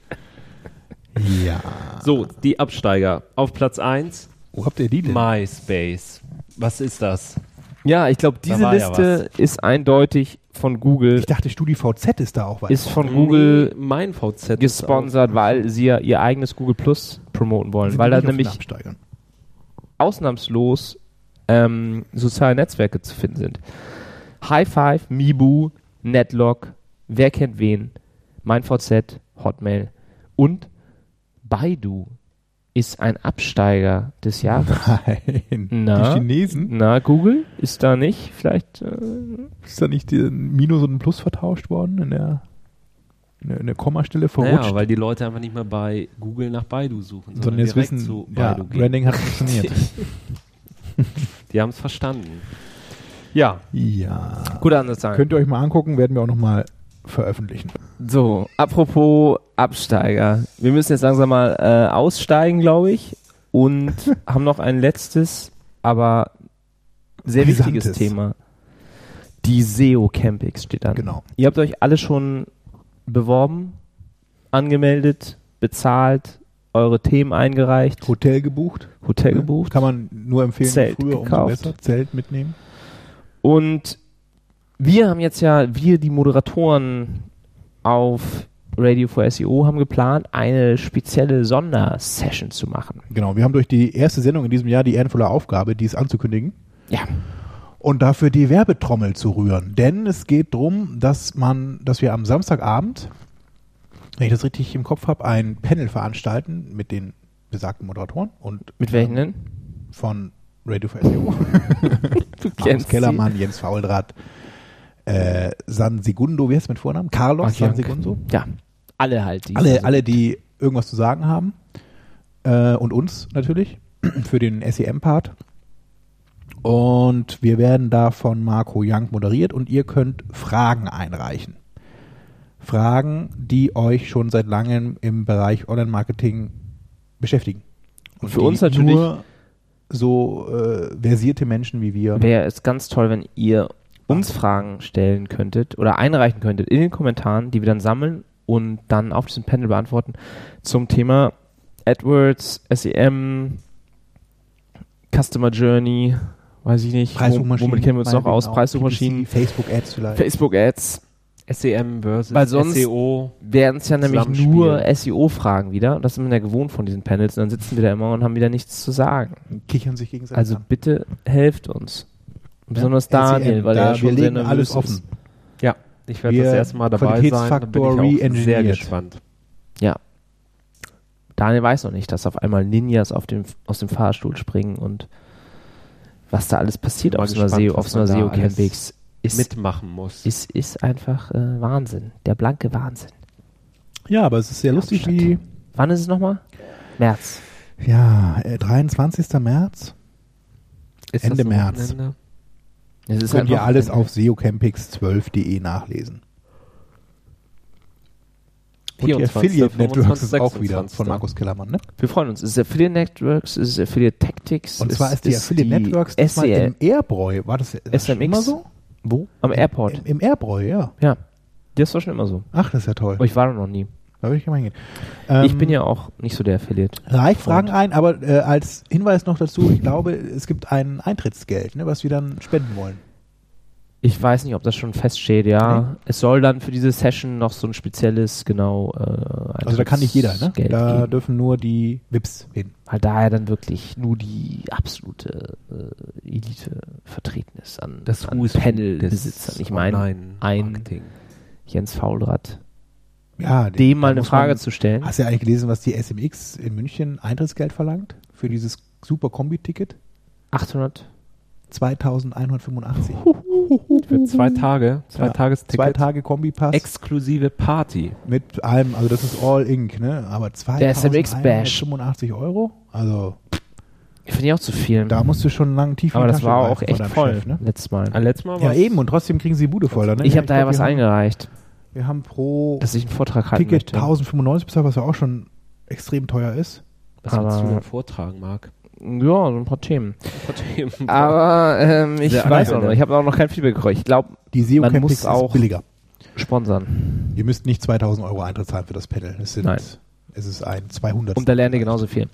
Speaker 2: Ja.
Speaker 3: So, die Absteiger. Auf Platz 1
Speaker 2: Wo habt ihr die denn?
Speaker 3: MySpace. Was ist das?
Speaker 1: Ja, ich glaube, diese
Speaker 3: war ja
Speaker 1: Liste ist eindeutig von Google,
Speaker 2: Ich dachte, StudiVZ ist da auch weiter.
Speaker 1: ist von Google
Speaker 3: Nee, mein VZ. ist
Speaker 1: gesponsert, weil sie ja ihr eigenes Google Plus promoten wollen,
Speaker 2: Sind
Speaker 1: weil
Speaker 2: die
Speaker 1: da
Speaker 2: nicht auf den
Speaker 1: nämlich
Speaker 2: Absteigern?
Speaker 1: ausnahmslos ähm, soziale Netzwerke zu finden sind. High Five, Mibu, Netlog, Wer kennt wen, MeinVZ, Hotmail und Baidu. ist ein Absteiger des Jahres.
Speaker 2: Nein.
Speaker 1: Na?
Speaker 2: Die Chinesen?
Speaker 1: Na, Google ist da nicht vielleicht äh,
Speaker 2: Ist da nicht ein Minus und ein Plus vertauscht worden in der, in der, in der Kommastelle verrutscht?
Speaker 4: Naja, weil die Leute einfach nicht mehr bei Google nach Baidu suchen, sondern
Speaker 2: sondern jetzt
Speaker 4: direkt
Speaker 2: wissen,
Speaker 4: zu
Speaker 2: ja,
Speaker 4: Baidu gehen.
Speaker 2: Branding hat funktioniert.
Speaker 3: Die haben es verstanden. Ja,
Speaker 2: ja.
Speaker 1: guter Ansatz sein.
Speaker 2: Könnt ihr euch mal angucken, werden wir auch nochmal veröffentlichen.
Speaker 1: So, apropos Absteiger. Wir müssen jetzt langsam mal äh, aussteigen, glaube ich. Und haben noch ein letztes, aber sehr
Speaker 2: Brisantes.
Speaker 1: wichtiges Thema. Die SEO Campings steht an.
Speaker 2: Genau.
Speaker 1: Ihr habt euch alle schon beworben, angemeldet, bezahlt, eure Themen eingereicht,
Speaker 2: Hotel gebucht. ne?
Speaker 1: Hotel gebucht.
Speaker 2: Kann man nur empfehlen,
Speaker 1: Zelt
Speaker 2: früher umso
Speaker 1: gekauft.
Speaker 2: besser. Zelt mitnehmen.
Speaker 1: Und wir haben jetzt ja, wir die Moderatoren auf Radio 4 SEO haben geplant, eine spezielle Sondersession zu machen.
Speaker 2: Genau, wir haben durch die erste Sendung in diesem Jahr die ehrenvolle Aufgabe, dies anzukündigen.
Speaker 1: Ja.
Speaker 2: Und dafür die Werbetrommel zu rühren. Denn es geht darum, dass man, dass wir am Samstagabend, wenn ich das richtig im Kopf habe, ein Panel veranstalten mit den besagten Moderatoren und
Speaker 1: Mit welchen denn?
Speaker 2: von Radio for SEO.
Speaker 1: Du
Speaker 2: Markus Kellermann, Jens Faulrad, äh, San Segundo, wie heißt mit Vornamen? Carlos
Speaker 1: Mark
Speaker 2: San
Speaker 1: Jank.
Speaker 2: Segundo.
Speaker 1: Ja. Alle halt. Die
Speaker 2: alle, alle, die irgendwas zu sagen haben äh, und uns natürlich für den SEM-Part. Und wir werden da von Marco Young moderiert und ihr könnt Fragen einreichen. Fragen, die euch schon seit langem im Bereich Online-Marketing beschäftigen. Und
Speaker 1: Für
Speaker 2: die
Speaker 1: uns halt natürlich-
Speaker 2: nur so äh, versierte Menschen wie wir.
Speaker 1: Wäre es ganz toll, wenn ihr uns Fragen stellen könntet oder einreichen könntet in den Kommentaren, die wir dann sammeln und dann auf diesem Panel beantworten zum Thema AdWords, SEM, Customer Journey, weiß ich nicht, wo- womit kennen wir uns noch
Speaker 2: meinetwegen
Speaker 1: aus,
Speaker 2: auch,
Speaker 1: Preissuchmaschinen,
Speaker 2: PPC, Facebook-Ads vielleicht.
Speaker 1: Facebook Ads,
Speaker 3: SEM E versus E
Speaker 1: Weil sonst-
Speaker 3: SEO.
Speaker 1: wären es ja nämlich
Speaker 3: Zusammenspiel.
Speaker 1: nur SEO-Fragen wieder und das sind wir ja gewohnt von diesen Panels und dann sitzen wir da immer und haben wieder nichts zu sagen.
Speaker 2: Kichern sich gegenseitig
Speaker 1: Also
Speaker 2: an.
Speaker 1: bitte helft uns. Und Besonders
Speaker 2: Ja,
Speaker 1: Daniel,
Speaker 2: SEM,
Speaker 1: weil
Speaker 2: da
Speaker 1: er schon
Speaker 2: wir
Speaker 1: sehr
Speaker 2: legen
Speaker 1: nervös
Speaker 2: alles
Speaker 1: ist.
Speaker 2: offen.
Speaker 3: Ja, ich werde
Speaker 2: Wir-
Speaker 3: das erste Mal dabei sein. Da bin
Speaker 2: Qualitätsfaktor
Speaker 3: ich auch sehr
Speaker 2: re-engineert.
Speaker 3: gespannt.
Speaker 1: Daniel weiß noch nicht, dass auf einmal Ninjas auf dem, aus dem Fahrstuhl springen und was da alles passiert
Speaker 3: Bin mal
Speaker 1: auf so einer
Speaker 3: gespannt,
Speaker 1: SEO, auf
Speaker 3: was
Speaker 1: so einer
Speaker 3: man da alles
Speaker 1: SEO-Campings. Ist,
Speaker 3: Mitmachen muss.
Speaker 1: ist, ist einfach äh, Wahnsinn. Der blanke Wahnsinn.
Speaker 2: Ja, aber es ist sehr lustig,
Speaker 1: Hauptstadt.
Speaker 2: wie
Speaker 1: Wann ist es nochmal? März.
Speaker 2: Ja, äh, 23. März.
Speaker 3: Ist
Speaker 2: Ende
Speaker 3: das ein
Speaker 2: März.
Speaker 3: Wochenende?
Speaker 1: Es ist
Speaker 2: Könnt ihr
Speaker 1: einfach-
Speaker 2: alles auf seocampix12.de nachlesen. Und die
Speaker 3: 24.,
Speaker 2: Affiliate Networks ist
Speaker 3: 25.,
Speaker 2: auch wieder
Speaker 3: 26..
Speaker 2: von Markus Kellermann, ne?
Speaker 1: Wir freuen uns. Es ist Affiliate Networks, es ist Affiliate Tactics.
Speaker 2: Und
Speaker 1: es
Speaker 2: zwar ist die Affiliate Networks das mal
Speaker 1: SEL.
Speaker 2: im Airbräu. War das, das schon
Speaker 1: SMX?
Speaker 2: immer so?
Speaker 1: Wo? E Am Airport.
Speaker 2: Im, im Airbräu, ja.
Speaker 1: Ja. Das war schon immer so.
Speaker 2: Ach, das ist ja toll.
Speaker 1: Aber ich war da noch nie.
Speaker 2: Da würde ich gerne mal hingehen.
Speaker 1: Ich
Speaker 2: Ähm,
Speaker 1: bin ja auch nicht so der Affiliate.
Speaker 2: Reich Fragen ein, aber äh, als Hinweis noch dazu, ich glaube, es gibt ein Eintrittsgeld, ne, was wir dann spenden wollen.
Speaker 1: Ich weiß nicht, ob das schon feststeht, ja. Es soll dann für diese Session noch so ein spezielles, genau. Äh,
Speaker 2: Also da kann nicht jeder, ne?
Speaker 1: Geld
Speaker 2: da
Speaker 1: geben.
Speaker 2: dürfen nur die VIPs hin.
Speaker 1: Weil da ja dann wirklich nur die absolute äh, Elite vertreten ist an,
Speaker 3: Das
Speaker 1: an
Speaker 3: USP
Speaker 1: Panelbesitzern.
Speaker 3: des
Speaker 1: Ich meine,
Speaker 3: Online-Marketing.
Speaker 1: Jens Faulrad.
Speaker 2: Ja,
Speaker 1: Dem mal
Speaker 2: da
Speaker 1: eine
Speaker 2: muss man-
Speaker 1: Frage zu stellen.
Speaker 2: Hast du ja eigentlich gelesen, was die SMX in München Eintrittsgeld verlangt für dieses super Kombi-Ticket?
Speaker 1: 800.
Speaker 2: 2185.
Speaker 3: Für zwei Tage, zwei
Speaker 2: Ja.
Speaker 3: Tagesticket,
Speaker 2: Zwei Tage Kombi-Pass
Speaker 3: exklusive Party.
Speaker 2: mit allem, also das ist all Inc., ne? Aber
Speaker 1: Der SMX Bash.
Speaker 2: 2185 Euro? Also
Speaker 1: Finde ich auch zu viel.
Speaker 2: da musst du schon lang tief in
Speaker 1: Aber
Speaker 2: die
Speaker 1: das
Speaker 2: Tasche
Speaker 1: war
Speaker 2: greifen
Speaker 1: auch
Speaker 2: von
Speaker 1: echt
Speaker 2: deinem
Speaker 1: voll.
Speaker 2: Chef, ne?
Speaker 1: Letztes Mal.
Speaker 3: Ah, Letztes Mal
Speaker 2: Ja,
Speaker 3: war's-
Speaker 2: eben, und trotzdem kriegen sie die Bude voll. Dann, ne?
Speaker 1: Ich habe
Speaker 2: Ja,
Speaker 1: da ja
Speaker 2: glaub,
Speaker 1: was
Speaker 2: wir haben-
Speaker 1: eingereicht,
Speaker 2: Wir haben pro
Speaker 1: dass ich einen Vortrag halten
Speaker 2: Ticket
Speaker 1: möchte.
Speaker 2: 1095 bezahlt, was ja auch schon extrem teuer ist.
Speaker 3: Was willst du
Speaker 1: Aber-
Speaker 3: denn vortragen, Marc?
Speaker 1: Ja, so ein paar Themen.
Speaker 3: Trotzdem.
Speaker 1: Aber ähm, ich
Speaker 3: Sehr
Speaker 1: weiß auch
Speaker 3: angenehm.
Speaker 1: noch, ich habe auch noch kein Feedback gekriegt. Ich glaube,
Speaker 2: Die SEO
Speaker 1: Man
Speaker 2: Campix
Speaker 1: muss auch-
Speaker 2: ist billiger.
Speaker 1: sponsern.
Speaker 2: Ihr müsst nicht 2000 Euro Eintritt zahlen für das Panel. Es, sind,
Speaker 1: Nein.
Speaker 2: es ist ein 200.
Speaker 1: Und da lernt ihr genauso viel.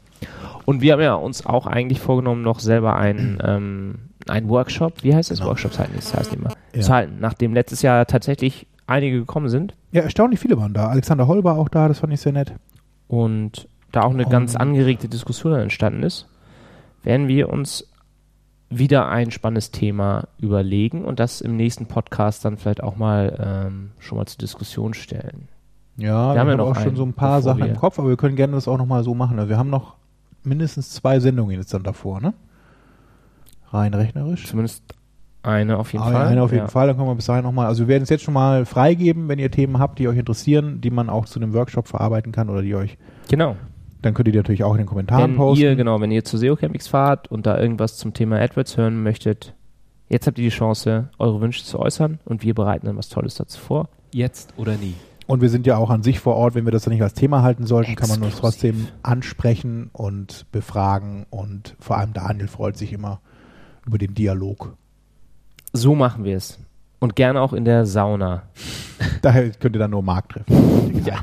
Speaker 1: Und wir haben ja uns auch eigentlich vorgenommen, noch selber einen, ähm, einen Workshop, wie heißt das?
Speaker 2: Genau.
Speaker 1: Workshops halten, das heißt nicht mehr.
Speaker 2: Ja.
Speaker 1: Zu halten, nachdem letztes Jahr tatsächlich einige gekommen sind
Speaker 2: Ja, erstaunlich viele waren da. Alexander Holl war auch da, das fand ich sehr nett.
Speaker 1: und da auch eine ganz
Speaker 2: Und-
Speaker 1: angeregte Diskussion dann entstanden ist, werden wir uns wieder ein spannendes Thema überlegen und das im nächsten Podcast dann vielleicht auch mal ähm, schon mal zur Diskussion stellen.
Speaker 2: Ja, wir,
Speaker 1: haben ja
Speaker 2: haben
Speaker 1: noch
Speaker 2: auch schon
Speaker 1: einen,
Speaker 2: so ein paar
Speaker 1: bevor
Speaker 2: Sachen
Speaker 1: wir-
Speaker 2: im Kopf, aber wir können gerne das auch nochmal so machen. Also wir haben noch mindestens zwei Sendungen jetzt dann davor, ne? Rein rechnerisch.
Speaker 1: Zumindest eine auf jeden
Speaker 2: Ah,
Speaker 1: Fall.
Speaker 2: Eine auf jeden
Speaker 1: Ja.
Speaker 2: Fall, dann kommen wir bis dahin nochmal. Also wir werden es jetzt schon mal freigeben, wenn ihr Themen habt, die euch interessieren, die man auch zu einem Workshop verarbeiten kann oder die euch,
Speaker 1: Genau.
Speaker 2: dann könnt ihr die natürlich auch in den Kommentaren
Speaker 1: Wenn
Speaker 2: posten.
Speaker 1: ihr, genau, wenn ihr zu SEO Campings fahrt und da irgendwas zum Thema AdWords hören möchtet, jetzt habt ihr die Chance, eure Wünsche zu äußern und wir bereiten dann was Tolles dazu vor.
Speaker 4: Jetzt oder nie.
Speaker 2: Und wir sind ja auch an sich vor Ort, wenn wir das dann nicht als Thema halten sollten, kann man uns
Speaker 1: Exklusiv.
Speaker 2: trotzdem ansprechen und befragen und vor allem Daniel freut sich immer über den Dialog.
Speaker 1: So machen wir es. Und gerne auch in der Sauna.
Speaker 2: Daher könnt ihr dann nur Marc treffen. ja.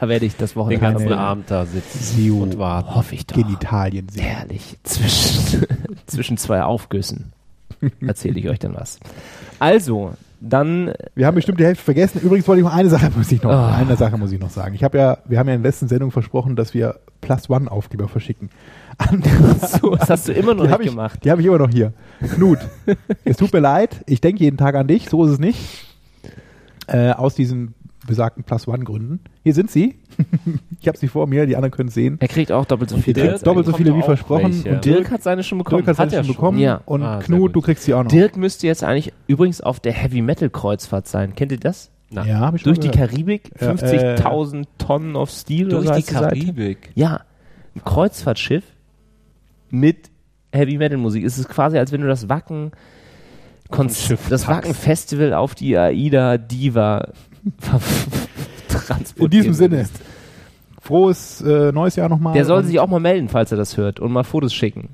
Speaker 1: Da werde ich das
Speaker 4: Den
Speaker 1: Wochenende
Speaker 4: ganzen
Speaker 1: Keine-
Speaker 4: Abend da sitzen
Speaker 2: Siu.
Speaker 4: und warten.
Speaker 1: Hoffe ich doch.
Speaker 2: Genitalien sehen.
Speaker 1: Herrlich. Zwischen, zwischen zwei Aufgüssen erzähle ich euch dann was. Also, dann
Speaker 2: Wir haben bestimmt die Hälfte vergessen. Übrigens wollte ich noch eine Sache muss ich noch,
Speaker 1: Ah.
Speaker 2: eine Sache muss ich noch sagen. Ich habe ja, wir haben ja in der letzten Sendung versprochen, dass wir Plus One Aufkleber verschicken. An
Speaker 1: So, das hast du immer noch
Speaker 2: die
Speaker 1: nicht
Speaker 2: habe ich,
Speaker 1: gemacht.
Speaker 2: die habe ich immer noch hier. Knut, es tut mir leid. Ich denke jeden Tag an dich. So ist es nicht. Äh, aus diesen besagten Plus One Gründen. Hier sind sie. ich habe sie vor mir. Die anderen können sehen.
Speaker 1: Er kriegt auch doppelt so viele.
Speaker 4: Dirk
Speaker 1: als
Speaker 2: Doppelt so
Speaker 1: eigentlich.
Speaker 2: viele wie
Speaker 4: auch
Speaker 2: versprochen.
Speaker 4: welche.
Speaker 2: Und Dirk,
Speaker 1: Dirk hat seine schon bekommen.
Speaker 2: Dirk hat
Speaker 4: hat
Speaker 2: sie
Speaker 4: er
Speaker 2: schon
Speaker 4: schon.
Speaker 2: bekommen.
Speaker 1: Ja.
Speaker 2: Und
Speaker 4: Ah, sehr
Speaker 2: Knut,
Speaker 4: gut.
Speaker 2: du kriegst sie auch noch.
Speaker 1: Dirk müsste jetzt eigentlich übrigens auf der Heavy Metal Kreuzfahrt sein. Kennt ihr das?
Speaker 2: Ja, habe ich schon
Speaker 1: Durch die
Speaker 2: gehört.
Speaker 1: Karibik,
Speaker 2: Ja, äh,
Speaker 1: 50.000 Tonnen of Steel.
Speaker 4: Durch
Speaker 1: oder
Speaker 4: die
Speaker 1: heißt Seite?
Speaker 4: Karibik.
Speaker 1: Ja, ein Kreuzfahrtschiff mit Heavy Metal Musik. Es ist quasi, als wenn du das Wacken Konzert, das Wacken Festival auf die AIDA Diva ver- transportierst.
Speaker 2: In diesem Sinne. Frohes äh, neues Jahr nochmal.
Speaker 1: Der soll
Speaker 2: Und-
Speaker 1: sich auch mal melden, falls er das hört und mal Fotos schicken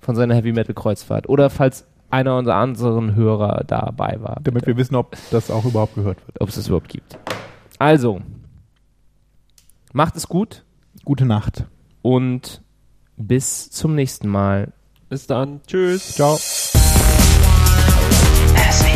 Speaker 1: von seiner Heavy Metal Kreuzfahrt oder falls einer unserer anderen Hörer dabei war,
Speaker 2: damit wir wissen, ob das auch überhaupt gehört wird.
Speaker 1: ob es das überhaupt gibt. Also, macht es gut
Speaker 2: Gute Nacht.
Speaker 1: und bis zum nächsten Mal.
Speaker 4: Bis dann. Tschüss.
Speaker 2: Ciao.
Speaker 5: SEO